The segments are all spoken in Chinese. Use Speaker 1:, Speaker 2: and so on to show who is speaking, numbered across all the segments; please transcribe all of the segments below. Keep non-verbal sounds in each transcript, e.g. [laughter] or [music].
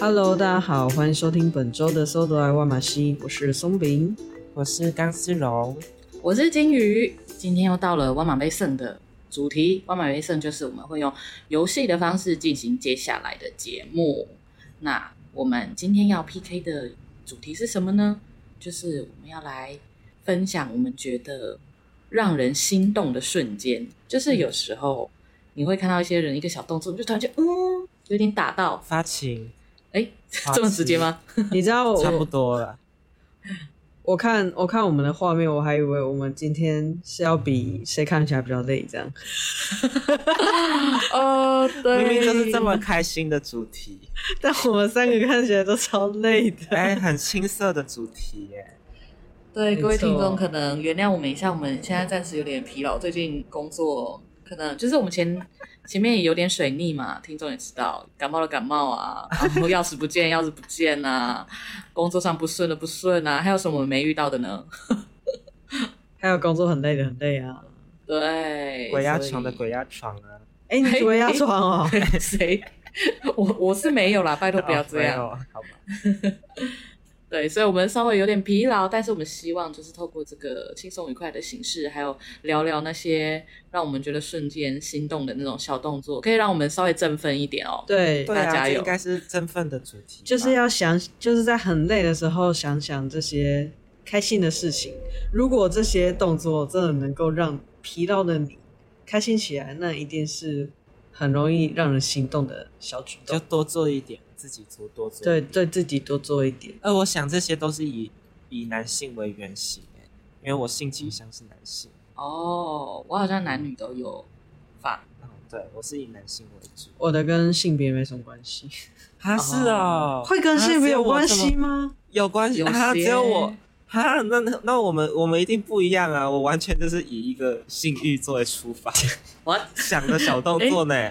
Speaker 1: Hello，大家好，欢迎收听本周的《搜得来万马西》，我是松
Speaker 2: [laughs]
Speaker 1: 饼。
Speaker 2: 我是钢丝绒，
Speaker 3: 我是金鱼，今天又到了万马杯胜的主题。万马杯胜就是我们会用游戏的方式进行接下来的节目。那我们今天要 PK 的主题是什么呢？就是我们要来分享我们觉得让人心动的瞬间。就是有时候你会看到一些人一个小动作，你就突然就嗯，有点打到，
Speaker 2: 发情
Speaker 3: 哎，
Speaker 2: 哇
Speaker 3: 这么直接吗？
Speaker 1: 你知道
Speaker 2: 差不
Speaker 1: 我
Speaker 2: 多了。
Speaker 1: 我看我看我们的画面，我还以为我们今天是要比谁看起来比较累这样。 [laughs]
Speaker 3: 哦，对
Speaker 2: 明明就是这么开心的主题，
Speaker 1: 但我们三个看起来都超累的。
Speaker 2: [laughs] 哎，很青涩的主题耶。
Speaker 3: 对
Speaker 1: 没
Speaker 3: 各位听
Speaker 1: 错
Speaker 3: 众，可能原谅我们一下，我们现在暂时有点疲劳，最近工作可能就是我们前前面也有点水逆嘛，听众也知道，感冒了感冒啊，然后钥匙不见钥匙不见啊，工作上不顺的不顺啊，还有什么没遇到的呢？
Speaker 1: 还有工作很累的，很累啊。
Speaker 3: 对，
Speaker 2: 鬼压
Speaker 3: 所以
Speaker 2: 床的鬼压床啊！
Speaker 1: 哎、你鬼压床
Speaker 2: [laughs]
Speaker 1: 哦？
Speaker 3: [laughs] 谁？我我是没有啦，拜托不要这样。
Speaker 2: 哦，好吧。
Speaker 3: 对，所以我们稍微有点疲劳，但是我们希望就是透过这个轻松愉快的形式，还有聊聊那些让我们觉得瞬间心动的那种小动作，可以让我们稍微振奋一点哦。
Speaker 1: 对，
Speaker 2: 对
Speaker 3: 大
Speaker 2: 啊，
Speaker 3: 家
Speaker 2: 这
Speaker 3: 有
Speaker 2: 应该是振奋的主题吧，
Speaker 1: 就是要想，就是在很累的时候想想这些开心的事情。如果这些动作真的能够让疲劳的你开心起来，那一定是很容易让人心动的小举
Speaker 2: 就
Speaker 1: 动。
Speaker 2: 多做一点，自己做多做。
Speaker 1: 对，，对自己多做一点。
Speaker 2: 呃，我想这些都是以以男性为原型耶，因为我性倾向是男性。
Speaker 3: 哦，我好像男女都有放，
Speaker 2: 嗯，对，我是以男性为主。
Speaker 1: 我的跟性别没什么关系，
Speaker 2: 啊，是哦，
Speaker 1: [laughs] 会跟
Speaker 2: 啊
Speaker 1: 性别
Speaker 2: 只
Speaker 1: 有
Speaker 2: 我
Speaker 1: 关
Speaker 2: 这么
Speaker 1: 系吗？
Speaker 2: 有关系
Speaker 3: 有
Speaker 2: 啊，只
Speaker 3: 些
Speaker 2: 有我啊，那那那我们我们一定不一样啊！我完全就是以一个性欲作为出
Speaker 3: [laughs]
Speaker 2: 发
Speaker 3: 我
Speaker 2: 想的小动作呢，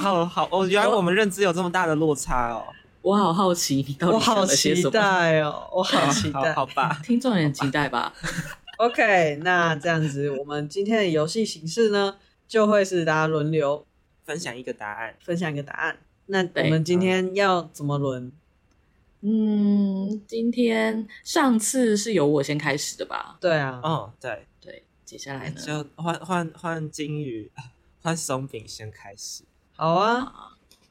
Speaker 2: 好好哦，原来我们认知有这么大的落差哦，
Speaker 3: 我好好奇你到
Speaker 1: [laughs] 我
Speaker 3: 底
Speaker 1: 好
Speaker 3: 想了些
Speaker 1: 期
Speaker 3: 什么，
Speaker 1: 待哦，我好 [laughs] 期待。
Speaker 2: 好好吧，
Speaker 3: [laughs] 听众也很期待吧？
Speaker 1: OK，那这样子，我们今天的游戏形式呢，就会是大家轮流
Speaker 2: 分享一个答案，
Speaker 1: 分享一个答案。那我
Speaker 3: 对
Speaker 1: 们今天要怎么轮？
Speaker 3: 嗯，今天上次是由我先开始的吧？
Speaker 1: 对啊，
Speaker 2: 哦，对，
Speaker 3: 对，接下来呢？
Speaker 2: 哎就换换换金鱼，换松饼先开始，
Speaker 1: 好啊，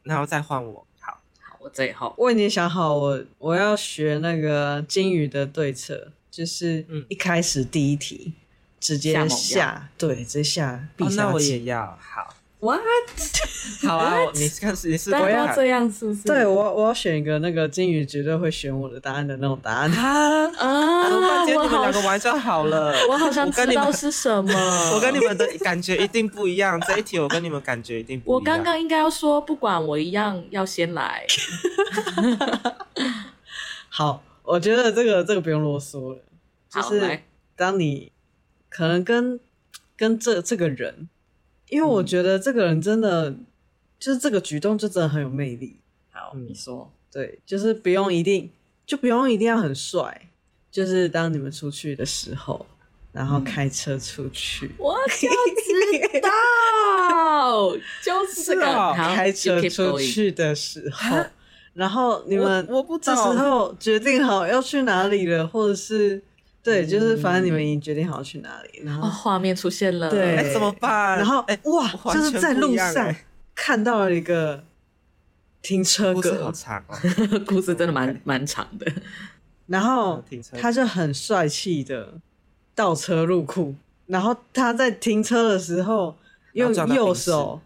Speaker 2: 然后再换我，好，
Speaker 3: 好，我最后
Speaker 1: 我已经想好我我要学那个金鱼的对策，就是
Speaker 2: 嗯
Speaker 1: 一开始第一题直接
Speaker 3: 下
Speaker 1: 下，
Speaker 3: 猛
Speaker 1: 对，直接下必
Speaker 2: 哦，
Speaker 1: 杀技。
Speaker 2: 那我也要，
Speaker 3: [laughs]
Speaker 2: 好，
Speaker 3: what？
Speaker 2: 好啊，我你看是你是
Speaker 3: 大
Speaker 2: 不
Speaker 3: 家
Speaker 2: 看
Speaker 3: 都这样是不是？
Speaker 1: 对我我要选一个那个金鱼绝对会选我的答案的那种答案。
Speaker 2: 啊，
Speaker 3: 啊，
Speaker 2: 怎么办？今天
Speaker 3: 我
Speaker 2: 你们
Speaker 3: 好
Speaker 2: 两个玩就好了，
Speaker 3: 我好像
Speaker 2: 我
Speaker 3: 知
Speaker 2: 跟你 [laughs]
Speaker 3: 道
Speaker 2: 们
Speaker 3: 是什么。
Speaker 1: [laughs]
Speaker 2: 我跟你们的感觉一定不一样，这一题我跟你们感觉一定不一样。
Speaker 3: 我刚刚应该要说，不管我一样要先来。
Speaker 1: 好，我觉得这个这个不用啰嗦了，就
Speaker 3: 好，
Speaker 1: 是
Speaker 3: 来，
Speaker 1: 当你可能跟跟这这个人，因为我觉得这个人真的、就是这个举动就真的很有魅力。
Speaker 3: 好，
Speaker 2: 嗯
Speaker 3: 你说。
Speaker 1: 对，就是不用一定，就不用一定要很帅，就是当你们出去的时候，然后开车出去，
Speaker 3: 我就知道，就是
Speaker 2: [laughs]
Speaker 3: 这
Speaker 2: 是
Speaker 3: 个。
Speaker 2: 哦
Speaker 3: 好，
Speaker 1: 开车
Speaker 3: you keep
Speaker 1: 出
Speaker 3: going 啊
Speaker 1: 去的时候，然后你们
Speaker 2: 我我不
Speaker 1: 这时
Speaker 2: 懂
Speaker 1: 候决定好要去哪里了，或者是对，
Speaker 2: 嗯
Speaker 1: 就是反正你们已经决定好要去哪里，然
Speaker 3: 哦，
Speaker 1: 后
Speaker 3: 画面出现了。
Speaker 1: 对
Speaker 2: 哎、 [laughs] 怎么办？
Speaker 1: 然后
Speaker 2: 哎、
Speaker 1: 哇，
Speaker 2: 我完
Speaker 1: 就
Speaker 2: 全
Speaker 1: 是在
Speaker 2: 不一
Speaker 1: 路
Speaker 2: 样
Speaker 1: 上
Speaker 2: 哎
Speaker 1: 看到了一个停车
Speaker 2: 故事
Speaker 1: 格，
Speaker 2: 好长哦。
Speaker 3: [laughs] 故事真的蛮蛮长的。
Speaker 1: 然后
Speaker 2: 停车
Speaker 1: 他就很帅气的倒车入库，然后他在停车的时候
Speaker 2: 然
Speaker 1: 用
Speaker 2: 后撞到
Speaker 1: 右手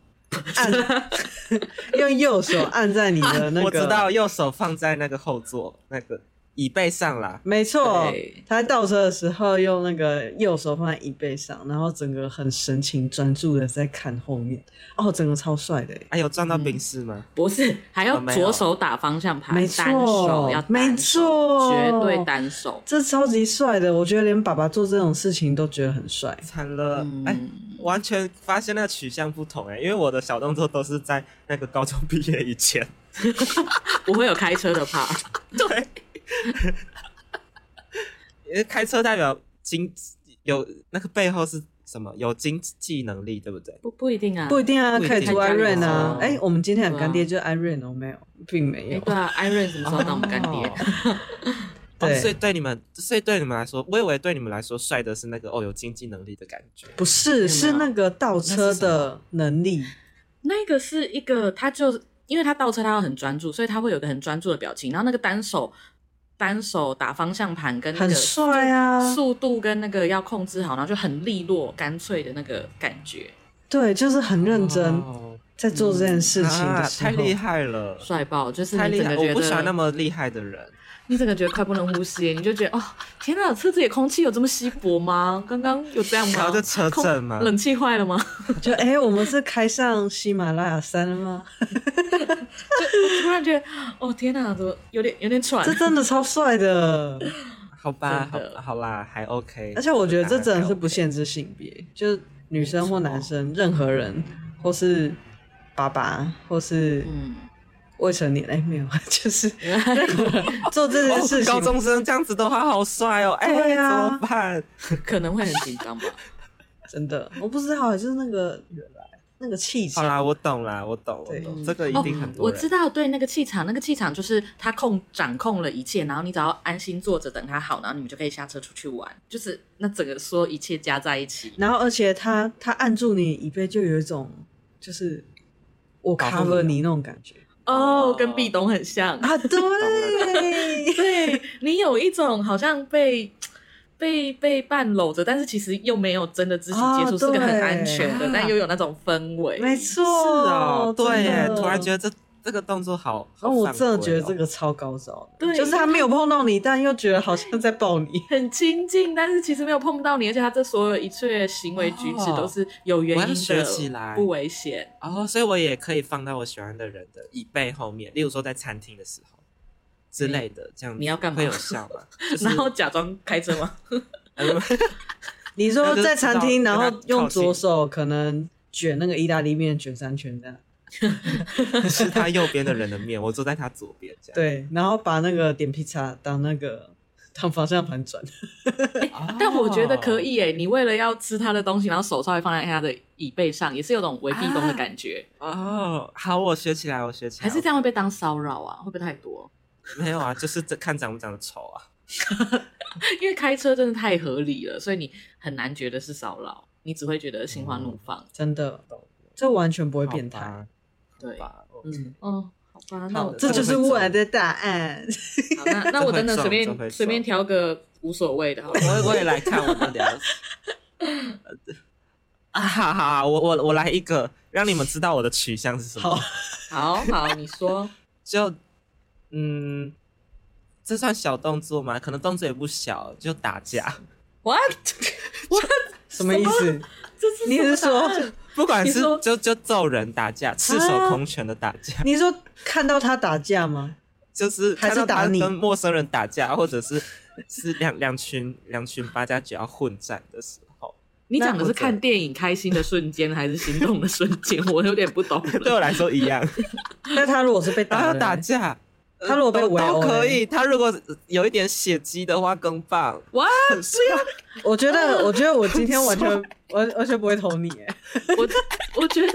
Speaker 1: 按， [laughs] 用右手按在你
Speaker 2: [laughs]
Speaker 1: 的 [laughs] 那个，
Speaker 2: 我知道，右手放在那个后座那个椅背上啦。
Speaker 1: 没错
Speaker 3: 对，
Speaker 1: 他在倒车的时候用那个右手放在椅背上，然后整个很神情专注的在看后面，哦，整个超帅的耶，
Speaker 2: 哎、有撞到冰室吗？
Speaker 3: 不是，还要
Speaker 2: 哦没有
Speaker 3: 左手打方向盘，
Speaker 1: 没错
Speaker 3: 单手要单
Speaker 1: 没错
Speaker 3: 手，绝对单手。 [laughs]
Speaker 1: 这超级帅的，我觉得连爸爸做这种事情都觉得很帅。
Speaker 2: 惨了，
Speaker 3: 嗯
Speaker 2: 哎、完全发现那个取向不同哎、因为我的小动作都是在那个高中毕业以前。 [laughs]
Speaker 3: 我会有开车的怕。
Speaker 2: 对，因为开车代表经有那个背后是什么？有经济能力，对不对？
Speaker 3: 不不一定啊，
Speaker 1: 不一定啊，
Speaker 2: 不一定
Speaker 1: 可以读 Iron 啊。
Speaker 3: 看家里
Speaker 1: 哎、
Speaker 3: 有
Speaker 1: 我们今天的干爹
Speaker 3: 对
Speaker 1: 就是 Iron 哦，没有，并没
Speaker 3: 哎，
Speaker 1: 有。
Speaker 3: 对啊，Iron 什
Speaker 1: 哦
Speaker 3: 么时候当我们干 [laughs] 爹？
Speaker 1: 对
Speaker 2: 哦，所以对你们，所以对你们来说，我以为对你们来说，帅的是那个哦有经济能力的感觉。
Speaker 1: 不是，是那个倒车的能力。
Speaker 3: 那个是一个，他就因为他倒车，他要很专注，所以他会有个很专注的表情。然后那个单手单手打方向盘跟那个
Speaker 1: 很帅啊
Speaker 3: 就速度跟那个要控制好，然后就很利落、干脆的那个感觉，
Speaker 1: 对，就是很认真、
Speaker 2: 哦
Speaker 1: 在做这件事情的
Speaker 2: 啊
Speaker 1: 时候，
Speaker 2: 太厉害了，
Speaker 3: 帅爆！就是
Speaker 2: 太
Speaker 3: 你
Speaker 2: 厉
Speaker 3: 整
Speaker 2: 害！
Speaker 3: 个
Speaker 2: 我
Speaker 3: 觉
Speaker 2: 不喜欢那
Speaker 3: 得，
Speaker 2: 么厉害的人。
Speaker 3: [laughs] 你整个觉得快不能呼吸，你就觉得哦，天哪，车子里的空气有这么稀薄吗？刚刚有这样
Speaker 2: 然
Speaker 3: 吗？
Speaker 2: 后就车
Speaker 3: 空
Speaker 2: 震嘛，
Speaker 3: 冷气坏了吗？
Speaker 1: 就哎、我们是开上喜马拉雅山了吗？
Speaker 3: 突然觉得，哦天哪，怎么有点有点喘
Speaker 1: 这？真的超帅
Speaker 2: [laughs]
Speaker 1: 的，
Speaker 2: 好吧，好
Speaker 3: 真的
Speaker 2: 好啦，还 OK。
Speaker 1: 而且我觉得这真的是不限制性别，就是女生或男生，任何人，或是爸爸，或是
Speaker 3: 嗯， [laughs]
Speaker 1: 未成年，哎、没有， [laughs] 就是做这件事
Speaker 2: 哦
Speaker 1: 情，
Speaker 2: 高中生这样子的话好帅哦，哎、
Speaker 1: 对啊
Speaker 2: 怎么办？
Speaker 3: 可能会很紧张吧。
Speaker 1: 真的，我不知道，欸就是那个原来那个气
Speaker 2: 好
Speaker 1: 场，
Speaker 2: 啦，我懂啦，我懂，我
Speaker 1: 对
Speaker 2: 懂，
Speaker 3: 嗯
Speaker 2: 这个一定很多
Speaker 3: 我
Speaker 2: 人。
Speaker 3: 知道，对那个气场，那个气场就是他控掌控了一切，然后你只要安心坐着等他好，然后你们就可以下车出去玩，就是那整个所有一切加在一起，
Speaker 1: 然后而且他他按住你椅背，就有一种就是我
Speaker 2: 保护你啊
Speaker 1: cover 你那种感觉
Speaker 3: 哦，跟壁咚很像，
Speaker 1: 啊，对，
Speaker 3: [laughs] 对你有一种好像被。被被半搂着，但是其实又没有真的肢体接触，
Speaker 1: 哦
Speaker 3: 是个很
Speaker 1: 对啊
Speaker 3: 安全的，
Speaker 2: 啊
Speaker 3: 但又有那种氛围。
Speaker 1: [laughs] 没错，
Speaker 2: 是哦，对耶，突然觉
Speaker 1: 得。
Speaker 2: 得这这个动作好，好
Speaker 1: 然后我
Speaker 2: 犯
Speaker 1: 真的
Speaker 2: 规
Speaker 1: 觉得
Speaker 2: 哦
Speaker 1: 这个超高招的，
Speaker 3: 对
Speaker 1: 就是他没有碰到你，但又觉得好像在抱你。
Speaker 3: 很亲近，但是其实没有碰到你，而且他这所有一切行为举止
Speaker 2: 哦
Speaker 3: 都是有原
Speaker 2: 我要
Speaker 3: 因
Speaker 2: 学起
Speaker 3: 的，
Speaker 2: 来
Speaker 3: 不危险。
Speaker 2: 哦，所以我也可以放到我喜欢的人的椅背后面，例如说在餐厅的时候之类的，这样子
Speaker 3: 嗯你要干嘛
Speaker 2: 会有效
Speaker 3: [laughs]
Speaker 2: 吗？就是
Speaker 3: 然后假装开车吗？
Speaker 1: [laughs] 你说
Speaker 2: 那就
Speaker 1: 在餐厅，
Speaker 2: 知
Speaker 1: 然
Speaker 2: 道跟他
Speaker 1: 后用
Speaker 2: 靠近
Speaker 1: 左手可能卷那个意大利面卷三圈这样，
Speaker 2: 吃他右边的人的面，我坐在他左边，这样。
Speaker 1: 对，然后把那个点披萨当那个 [laughs] 当方向盘转，
Speaker 2: 对，
Speaker 3: 但我觉得可以诶、你为了要吃他的东西，然后手稍微放在他的椅背上，也是有种围壁咚的感觉，
Speaker 2: 哦。好，我学起来，我学起来。
Speaker 3: 还是这样会被当骚扰啊？会不会太多？ [laughs]
Speaker 2: 没有啊，就是这看长不长得丑啊。
Speaker 3: 因为开车真的太合理了，所以你很难觉得是骚扰，你只会觉得心花怒放。
Speaker 1: 真的，这完全不会
Speaker 2: 会
Speaker 1: 变态。，
Speaker 3: 对，
Speaker 2: 吧？
Speaker 1: 嗯，
Speaker 3: 嗯，好吧，那
Speaker 2: 好
Speaker 3: 我
Speaker 1: 这
Speaker 2: 这
Speaker 1: 就是
Speaker 2: 会中
Speaker 1: 我的答案。
Speaker 3: 好那那我等等随
Speaker 2: 这会中
Speaker 3: 便随便
Speaker 2: 这
Speaker 3: 挑个无所谓的好了。
Speaker 2: 我我也来看我们聊。
Speaker 3: [laughs]
Speaker 2: 啊，好好好，我我我来一个，让你们知道我的取向是什么
Speaker 1: 好。
Speaker 3: 好好，你说。
Speaker 2: 就嗯，这算小动作吗？可能动作也不小，就打架，
Speaker 3: [laughs] [laughs] What？
Speaker 1: 什么意思？
Speaker 3: 这
Speaker 1: [laughs]
Speaker 3: 是
Speaker 1: 你是
Speaker 3: 什么答案
Speaker 1: 说啊
Speaker 2: 不管
Speaker 3: 你
Speaker 2: 是
Speaker 3: 说
Speaker 2: 就就揍人打架，赤手空拳的打架，
Speaker 1: [laughs]
Speaker 2: [laughs]
Speaker 1: 你说看到他打架吗？
Speaker 2: 就是
Speaker 1: 还是
Speaker 2: 看到
Speaker 1: 打
Speaker 2: 他
Speaker 1: 你
Speaker 2: 跟陌生人打架，或者是是两两群两群八加九要混战的时候， [laughs]
Speaker 3: 你讲的是看电影开心的瞬间，还是心动的瞬间？我有点不懂了。 [laughs]
Speaker 2: 对我来说一
Speaker 1: [laughs]
Speaker 2: 样。
Speaker 1: 那啊他如果是被
Speaker 2: 然
Speaker 1: 打
Speaker 2: 后
Speaker 1: 的，
Speaker 2: 打架，呃
Speaker 1: 他如果被
Speaker 2: 都
Speaker 1: 围殴
Speaker 2: 都可
Speaker 1: 呢
Speaker 2: 以，他如果有一点血迹的话更棒。
Speaker 3: 哇，
Speaker 2: 很帅
Speaker 1: 我觉 [laughs] 得，我觉得我今天完全完完全不会投你耶。
Speaker 3: [laughs] 我我觉得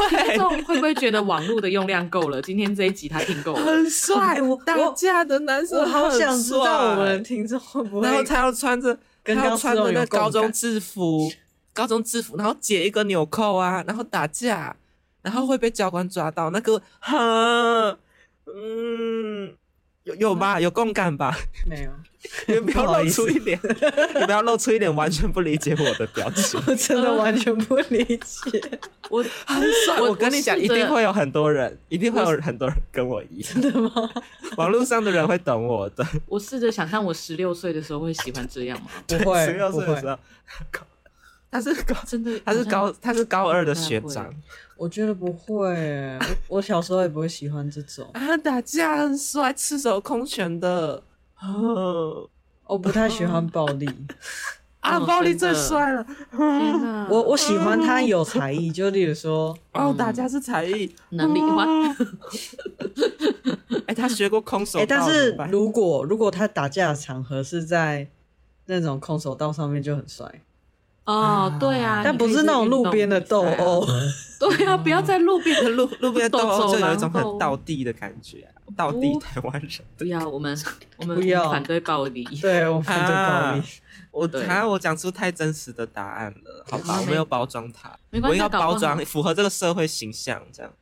Speaker 1: [laughs]
Speaker 3: 听众会不会觉得网络的用量够了？今天这一集他听够了，
Speaker 2: 很帅，打架的男生
Speaker 1: 我好
Speaker 2: 很
Speaker 1: 想知道我们
Speaker 2: 帅
Speaker 1: 的听众会不会
Speaker 2: 然后他要穿着，
Speaker 1: 跟
Speaker 2: 他
Speaker 1: 钢
Speaker 2: 要
Speaker 1: 丝
Speaker 2: 穿
Speaker 1: 绒
Speaker 2: 着
Speaker 1: 有
Speaker 2: 那
Speaker 1: 共
Speaker 2: 高中
Speaker 1: 感
Speaker 2: 制服，高中制服，然后解一个纽扣啊，然后打架，然后会被教官抓到，那个很，嗯，有有吧，有共感吧？
Speaker 1: 没有？
Speaker 2: 你不要
Speaker 1: 不好
Speaker 2: 露
Speaker 1: 意
Speaker 2: 出
Speaker 1: 思
Speaker 2: 一脸， [laughs] 你不要露出一脸完全不理解我的表情，
Speaker 1: 我真的完全不理
Speaker 2: [laughs]
Speaker 1: 解， [laughs]
Speaker 3: 我
Speaker 2: 很帅。
Speaker 3: 我
Speaker 2: 我跟
Speaker 3: 我
Speaker 2: 你
Speaker 3: 试
Speaker 2: 讲，一
Speaker 3: 着
Speaker 2: 定会有很多人，一定会有很多人跟我一样，
Speaker 1: 真的吗？
Speaker 2: 网络上的人会懂我的。
Speaker 3: 我试着想象我十六岁的时候会喜欢这样吗？
Speaker 1: 不
Speaker 2: [laughs] 十
Speaker 1: 会，
Speaker 2: 六
Speaker 1: 不
Speaker 2: 岁的时
Speaker 1: 会，
Speaker 2: 候，高他是高，
Speaker 3: 真的，
Speaker 2: 他是
Speaker 3: 好
Speaker 2: 高，他是高二的学长
Speaker 1: 我觉得不会耶。我我小时候也不会喜欢这种，
Speaker 2: 啊，打架很帅，赤手空拳的，哦
Speaker 1: 我不太喜欢暴力。
Speaker 2: 啊，
Speaker 3: 哦
Speaker 2: 暴力最
Speaker 3: 真的
Speaker 2: 帅了，
Speaker 3: 像，天哪，
Speaker 1: 我我喜欢他有才艺，就例如说，
Speaker 2: 哦，打架是才艺，哦
Speaker 3: 能力花，
Speaker 1: 嗯
Speaker 2: [laughs] 哎，他学过空手
Speaker 1: 哎，
Speaker 2: 道，
Speaker 1: 但
Speaker 2: 怎
Speaker 1: 是
Speaker 2: 么办
Speaker 1: 如果如果他打架的场合是在那种空手道上面就很帅，
Speaker 3: 哦，对啊，
Speaker 1: 但
Speaker 3: 你
Speaker 1: 不
Speaker 3: 可以
Speaker 1: 是
Speaker 3: 去
Speaker 1: 那种
Speaker 3: 运
Speaker 1: 路
Speaker 3: 动
Speaker 1: 边的
Speaker 3: 比
Speaker 1: 斗
Speaker 3: 赛啊
Speaker 1: 殴。 [laughs] 哦
Speaker 3: 对啊，不要在路边
Speaker 2: 那路路边的斗
Speaker 3: 斗
Speaker 2: 殴
Speaker 3: 走
Speaker 2: 就有一种
Speaker 3: 廊斗
Speaker 2: 很道地的感觉啊，道地台湾人。
Speaker 3: 不要，我
Speaker 1: [laughs]
Speaker 3: 们我们
Speaker 1: 不要
Speaker 3: 反对暴力。
Speaker 1: 对，我反对暴力
Speaker 2: 啊。我
Speaker 3: 对
Speaker 2: 啊，我讲出太真实的答案了，好吧，
Speaker 3: 好
Speaker 2: 我没有包装它，
Speaker 3: 没关
Speaker 2: 我
Speaker 3: 系，啊
Speaker 2: 要
Speaker 3: 搞不好
Speaker 2: 包装符合这个社会形象，这样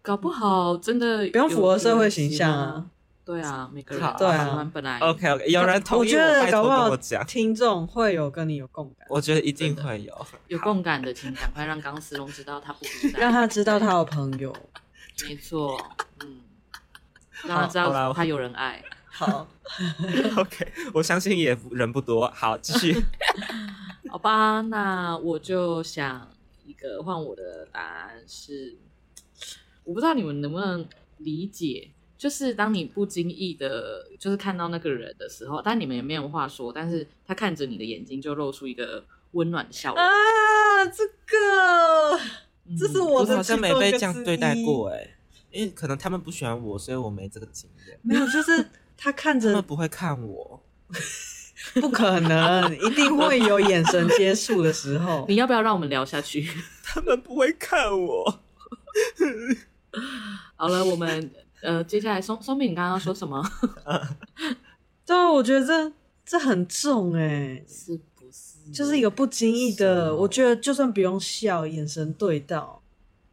Speaker 3: 搞不好真的
Speaker 1: 不用
Speaker 3: 有
Speaker 1: 符合
Speaker 3: 有
Speaker 1: 社会
Speaker 3: 人
Speaker 1: 形
Speaker 3: 喜
Speaker 1: 象
Speaker 3: 欢
Speaker 1: 啊。
Speaker 3: 对啊，每个人
Speaker 2: 好
Speaker 1: 对啊
Speaker 3: 喜欢本来
Speaker 2: OK OK，有人同
Speaker 1: 我
Speaker 2: 意
Speaker 1: 觉得
Speaker 2: 拜
Speaker 1: 搞不
Speaker 2: 托跟
Speaker 1: 好
Speaker 2: 我讲，
Speaker 1: 听众会有跟你有共感， [laughs]
Speaker 2: 我觉得一定会有， [laughs]
Speaker 3: 有共感的，请赶快让钢丝龙知道他不
Speaker 1: [laughs]
Speaker 3: 孤单，
Speaker 1: 让他知道他有朋友。
Speaker 3: 没错，嗯，让他知
Speaker 2: 好啦
Speaker 3: 道
Speaker 2: 我
Speaker 3: 他有人爱。
Speaker 1: 好，
Speaker 2: OK，我相信也不人不多，好，继续，
Speaker 3: 好吧，那我就想一个换我的答案是，我不知道你们能不能理解，就是当你不经意的，就是看到那个人的时候，但你们也没有话说，但是他看着你的眼睛就露出一个温暖的笑
Speaker 1: [laughs]
Speaker 3: 容。
Speaker 1: 啊，这个
Speaker 3: 嗯
Speaker 1: 这是
Speaker 2: 我
Speaker 1: 我的
Speaker 2: 好像没被这样对待过
Speaker 1: 哎，
Speaker 2: 哎、因为可能他们不喜欢我，所以我没这个经验，
Speaker 1: 没有，就是他看
Speaker 2: 他们
Speaker 1: 着
Speaker 2: 不会看我，
Speaker 1: 不可能，一定会有眼神接触的时候
Speaker 3: [laughs] 你。要不要让我们聊下去？ [laughs]
Speaker 2: 他们不会看我，
Speaker 3: 好了，我们呃，接下来松松饼，你刚刚说什么？
Speaker 1: 对啊，我觉得这这很重哎，
Speaker 3: 是不是
Speaker 1: 就是一个不经意
Speaker 2: 是
Speaker 1: 的，
Speaker 2: 哦
Speaker 1: 我觉得就算不用笑，眼神对到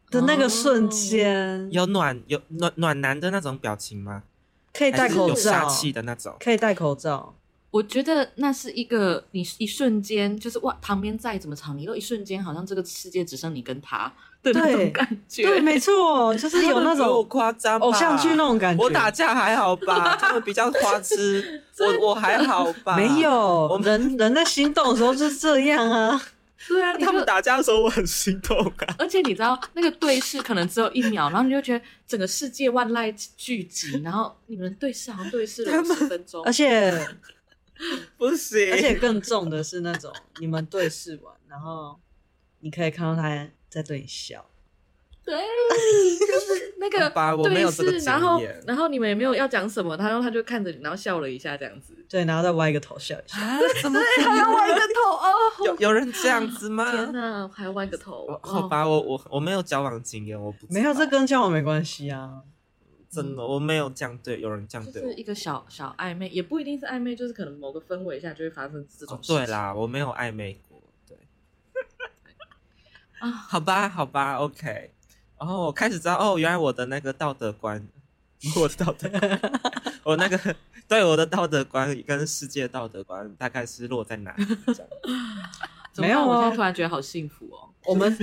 Speaker 1: 的那
Speaker 2: 哦
Speaker 1: 个瞬间，
Speaker 2: 有暖有暖暖男的那种表情吗？
Speaker 1: 可以戴
Speaker 2: 还是
Speaker 1: 口
Speaker 2: 有杀
Speaker 1: 罩，
Speaker 2: 气的那种。
Speaker 1: 可以戴口罩。
Speaker 3: 我觉得那是一个你一瞬间，就是哇，旁边再怎么吵，你都一瞬间好像这个世界只剩你跟他的那
Speaker 1: 对
Speaker 3: 种感觉。
Speaker 1: 对，没
Speaker 2: [laughs]
Speaker 1: 错，就是有那
Speaker 2: 他们比我
Speaker 1: 种
Speaker 2: 夸张吧
Speaker 1: 偶像剧那种感觉。
Speaker 2: 我打架还好吧，他们比较花痴，
Speaker 1: [laughs]
Speaker 2: 我我还好吧，
Speaker 1: 没。有
Speaker 2: 我们
Speaker 1: 人人在心动的时候就是这样
Speaker 2: [laughs]
Speaker 1: 啊，
Speaker 3: 对啊，你就
Speaker 2: 他们打架的时候我很心痛啊，
Speaker 3: 而且你知道那个对视可能只有一秒，然后你就觉得整个世界万籁俱寂，然后你们对视好像对视了十分钟
Speaker 2: 啊
Speaker 1: 而。且
Speaker 2: 不行，
Speaker 1: 而且更重的是那种你们对视完，然后你可以看到他在对你笑，
Speaker 3: 对，就是
Speaker 2: [laughs]
Speaker 3: 那个
Speaker 2: 好吧我没
Speaker 3: 对
Speaker 2: 有这个
Speaker 3: 视，然后
Speaker 2: 经验
Speaker 3: 然后你们也没有要讲什么，然后他就看着你，然后笑了一下这样子。
Speaker 1: 对，然后再歪一个头笑一
Speaker 2: [laughs]
Speaker 1: 下。
Speaker 2: 啊，怎么
Speaker 3: 还要歪个头哦！
Speaker 2: 有有人这样子吗？
Speaker 3: 天哪，还要歪个头
Speaker 2: 我，好吧，我我我没有交往经验，我不知道
Speaker 1: 没有，这跟交往没关系
Speaker 2: [laughs]
Speaker 1: 啊。
Speaker 2: 真的我没有这样对，有人这样
Speaker 3: 就
Speaker 2: 啊对
Speaker 3: 是一
Speaker 2: 我。
Speaker 3: 个小小暧昧，也不一定是暧昧，就是可能某个氛围下就会发生这种
Speaker 2: 哦
Speaker 3: 事情、
Speaker 2: 对啦，我没有暧昧过，对，[laughs]
Speaker 3: 啊，
Speaker 2: 好吧，好吧，OK。然后我开始知道，哦，原来我的那个道德观， [laughs] 我的道德观，我那个对我的道德观跟世界道德观大概是落在哪里？这样
Speaker 3: 怎么
Speaker 1: 没有
Speaker 3: 办
Speaker 1: 哦
Speaker 2: 啊
Speaker 3: 我现在突然觉得好幸福哦，
Speaker 1: 我们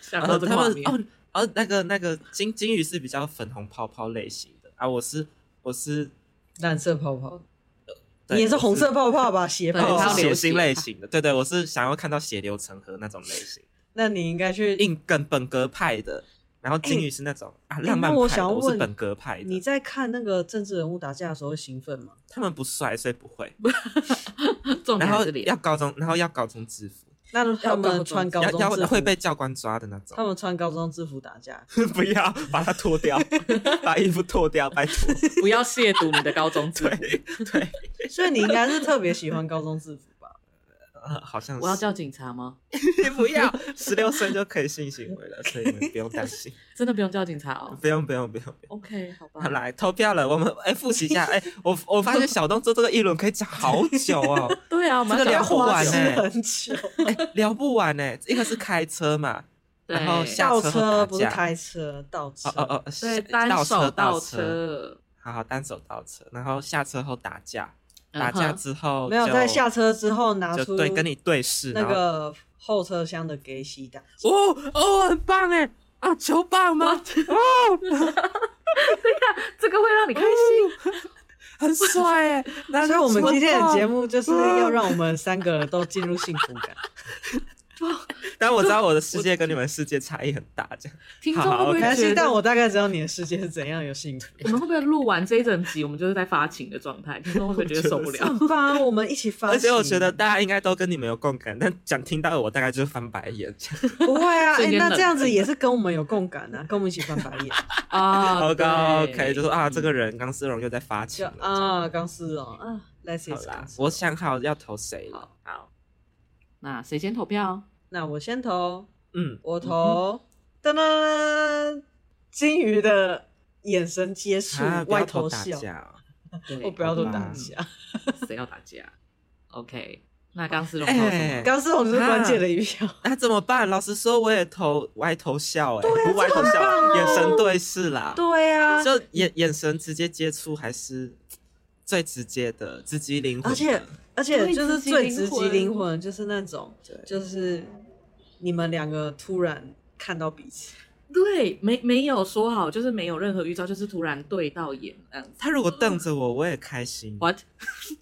Speaker 3: 想
Speaker 2: 然
Speaker 3: 到
Speaker 2: 后呃他
Speaker 3: 这个画
Speaker 2: 们
Speaker 3: 面，
Speaker 2: 哦哦，那个那个金金鱼是比较粉红泡泡类型的啊，我是我是
Speaker 1: [laughs] 蓝色泡泡，
Speaker 2: [laughs] 对
Speaker 1: 你也是红色
Speaker 2: 我
Speaker 1: 泡泡吧？斜
Speaker 3: 对
Speaker 2: 哦
Speaker 1: 泡
Speaker 2: 我
Speaker 3: 它
Speaker 1: 泡
Speaker 2: 是
Speaker 3: 要。流
Speaker 2: 血
Speaker 3: 血
Speaker 2: 腥类型的，对对，我是想要看到血流成河那种类型，
Speaker 1: 那你应该去。
Speaker 2: 硬跟本格派的。然后金鱼是那种、啊浪漫
Speaker 1: 哎那我
Speaker 2: 派
Speaker 1: 想
Speaker 2: 的，
Speaker 1: 要
Speaker 2: 我是
Speaker 1: 问
Speaker 2: 本格派
Speaker 1: 你
Speaker 2: 的。
Speaker 1: 在看那个政治人物打架的时候会兴奋吗？
Speaker 2: 他们不帅，所以不会。
Speaker 3: 重
Speaker 2: 然
Speaker 3: 点
Speaker 2: 后
Speaker 3: 还是脸
Speaker 2: 要，高中，然后要高中制服，
Speaker 1: 那他们穿高
Speaker 2: 要
Speaker 1: 中制
Speaker 2: 要
Speaker 1: 服
Speaker 2: 会被教官抓的那
Speaker 1: 他
Speaker 2: 种。
Speaker 1: 们穿高中制服打架，
Speaker 2: 不要把它脱
Speaker 1: [laughs]
Speaker 2: 掉，把衣服脱掉，拜托。
Speaker 3: 不要亵渎你的高中
Speaker 2: [laughs] 对
Speaker 3: 生。
Speaker 2: 对、
Speaker 1: 所以你应该是特别喜欢高中制服 [laughs] 吧？
Speaker 2: 呃，好像是。
Speaker 3: 我要叫警察吗？
Speaker 2: 你不要，十六岁就可以性行为了，所以你们不用
Speaker 1: [laughs]
Speaker 2: 担心，
Speaker 3: 真的不用叫警察
Speaker 2: [laughs]
Speaker 3: 哦。
Speaker 2: 不用不用不用。不用
Speaker 3: OK，好吧
Speaker 2: 好，来投票了，我们哎复习一下，哎，我我发现小东做这个议论可以讲好久哦，
Speaker 1: [laughs]
Speaker 3: 对啊，我们要
Speaker 2: 这个
Speaker 3: 讲
Speaker 2: 要互
Speaker 1: 花
Speaker 2: 玩
Speaker 1: 痴
Speaker 2: 呢
Speaker 1: 很久， [laughs]
Speaker 2: 聊不完呢。一个是开车嘛，
Speaker 3: 对，
Speaker 2: 然后下
Speaker 1: 倒
Speaker 2: 车
Speaker 1: 车
Speaker 2: 和打
Speaker 1: 不是
Speaker 2: 架
Speaker 1: 开车，倒车
Speaker 2: 哦哦哦，
Speaker 3: 对
Speaker 2: 下
Speaker 3: 单
Speaker 2: 倒
Speaker 3: 手
Speaker 2: 车
Speaker 3: 倒
Speaker 2: 倒，
Speaker 3: 车，
Speaker 2: 好好单手倒车，然后下车后打架，
Speaker 3: 嗯
Speaker 2: 打架
Speaker 3: 哼
Speaker 2: 之后
Speaker 1: 没有
Speaker 2: 就
Speaker 1: 在下车之后拿
Speaker 2: 就
Speaker 1: 出
Speaker 2: 对跟你对视，
Speaker 1: 那
Speaker 2: 然后
Speaker 1: 个后车厢的给洗打，
Speaker 2: 哦哦很棒哎啊球棒
Speaker 3: [laughs]
Speaker 2: 吗？哦
Speaker 3: 这个会让你开心。
Speaker 2: 很帅哎，
Speaker 1: 所以我们今天的节
Speaker 2: 目。
Speaker 1: 目就是要让我们三个人都进入幸福感。
Speaker 2: 但我知道我的世界跟你们世界差异很大，这样
Speaker 3: 听众
Speaker 2: 好
Speaker 3: 会不
Speaker 1: 没
Speaker 3: 会
Speaker 1: 关系
Speaker 3: 觉，
Speaker 1: 但 [laughs]
Speaker 3: 得
Speaker 1: 我大概知道你的世界是怎样有幸福。
Speaker 3: 我们会不会录完这一整集，我们就是在发情的状态？听众会不会觉得受不了？
Speaker 1: 很棒，啊我们一起发起。
Speaker 2: 而且我觉得大家应该都跟你们有共感，但讲听到我大概就是翻白眼这样。
Speaker 1: [laughs] 不会啊，哎
Speaker 3: 瞬，间
Speaker 1: 那
Speaker 3: 冷
Speaker 1: 这样子也是跟我们有共感啊，跟我们一起翻白眼。
Speaker 3: 啊，
Speaker 2: 好
Speaker 3: 对
Speaker 2: 啊
Speaker 3: 嗯
Speaker 2: 高 OK，就说啊，这个人刚丝绒又在发情
Speaker 1: [laughs] 哦嗯就嗯
Speaker 2: 了。
Speaker 1: 啊，刚是哦，啊， Let's d i
Speaker 2: 好
Speaker 1: s
Speaker 2: 啦
Speaker 1: c，
Speaker 2: 我想好要投谁了。
Speaker 3: 好好，那谁先投票？
Speaker 1: 那我先投，
Speaker 2: 嗯，
Speaker 1: 我投，噔噔，金鱼的眼神接触
Speaker 2: 啊，，不
Speaker 1: 歪
Speaker 2: 要投
Speaker 1: 头
Speaker 2: 打
Speaker 1: 笑，
Speaker 2: 架哦。
Speaker 3: 对
Speaker 1: 我不要
Speaker 2: 投
Speaker 1: 都
Speaker 2: 好
Speaker 1: 打
Speaker 2: 吧
Speaker 1: 架。
Speaker 3: [laughs] 谁要打架？OK，那刚是龙投什么？
Speaker 2: 哎，
Speaker 1: 刚是我们是关键的一票，
Speaker 2: 那怎么办？老实说，我也投歪头笑，哎，不歪头
Speaker 1: 这很棒
Speaker 2: 笑，
Speaker 1: 啊
Speaker 2: 眼神对视啦，
Speaker 1: 对啊，
Speaker 2: 就眼眼神直接接触还是最直接的，直击灵魂的。
Speaker 1: 而且而且就是最直击
Speaker 3: 最直击灵
Speaker 1: 灵魂，就是那种
Speaker 2: 对
Speaker 1: 就是你们两个突然看到彼此，
Speaker 3: 对，没没有说好，就是没有任何预兆，就是突然对到眼这样子。
Speaker 2: 他如果瞪着我，我也开心，
Speaker 3: What？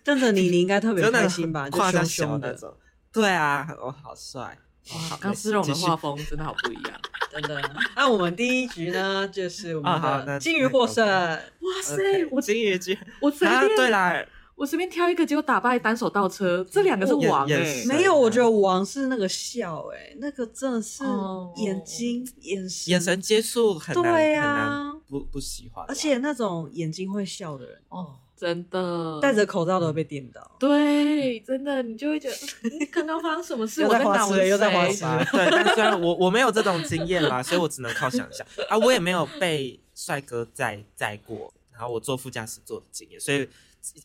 Speaker 1: 瞪着 [laughs] 你，你应该特别
Speaker 2: 真的
Speaker 1: 开心吧？就
Speaker 2: 夸张
Speaker 1: 凶
Speaker 2: 小
Speaker 1: 凶
Speaker 2: 那
Speaker 1: 的，
Speaker 2: 种。对啊，我好帅。哦好
Speaker 3: 刚
Speaker 2: 没事
Speaker 3: 丝绒的
Speaker 2: 继续
Speaker 3: 画风真的好不一
Speaker 2: [laughs]
Speaker 3: 样。
Speaker 1: 真的。那我们第一局呢，就是我们
Speaker 2: 啊好那
Speaker 1: 的金鱼获胜，
Speaker 3: 哇塞
Speaker 2: OK，
Speaker 3: 我
Speaker 2: 金鱼居
Speaker 3: 我随
Speaker 2: 啊，
Speaker 3: 便、
Speaker 2: 对啦，
Speaker 3: 我随便挑一个，结果打败单手倒车，这两个是
Speaker 2: 眼
Speaker 3: 王哎、
Speaker 2: 眼神
Speaker 1: 没有，我觉得王是那个笑，哎，那个真的是
Speaker 3: 哦
Speaker 1: 眼睛眼神
Speaker 2: 眼神，接触很难，
Speaker 1: 对
Speaker 2: 很
Speaker 1: 啊
Speaker 2: 难不不喜欢啦。
Speaker 1: 而且那种眼睛会笑的人，
Speaker 3: 哦，真的
Speaker 1: 戴着口罩
Speaker 2: 嗯
Speaker 1: 都会被电到。
Speaker 3: 对，真的你就会觉得嗯刚刚发生什么事，
Speaker 1: 又
Speaker 3: 我
Speaker 1: 在
Speaker 3: 跟
Speaker 1: 花
Speaker 3: 打
Speaker 1: 痴
Speaker 3: 我是
Speaker 1: 又在花
Speaker 3: 谁
Speaker 1: 痴
Speaker 2: 啊，对，但虽然我我没有这种经验啦，所以我只能靠想象啊，我也没有被帅哥载载过，然后我坐副驾驶座的经验，所以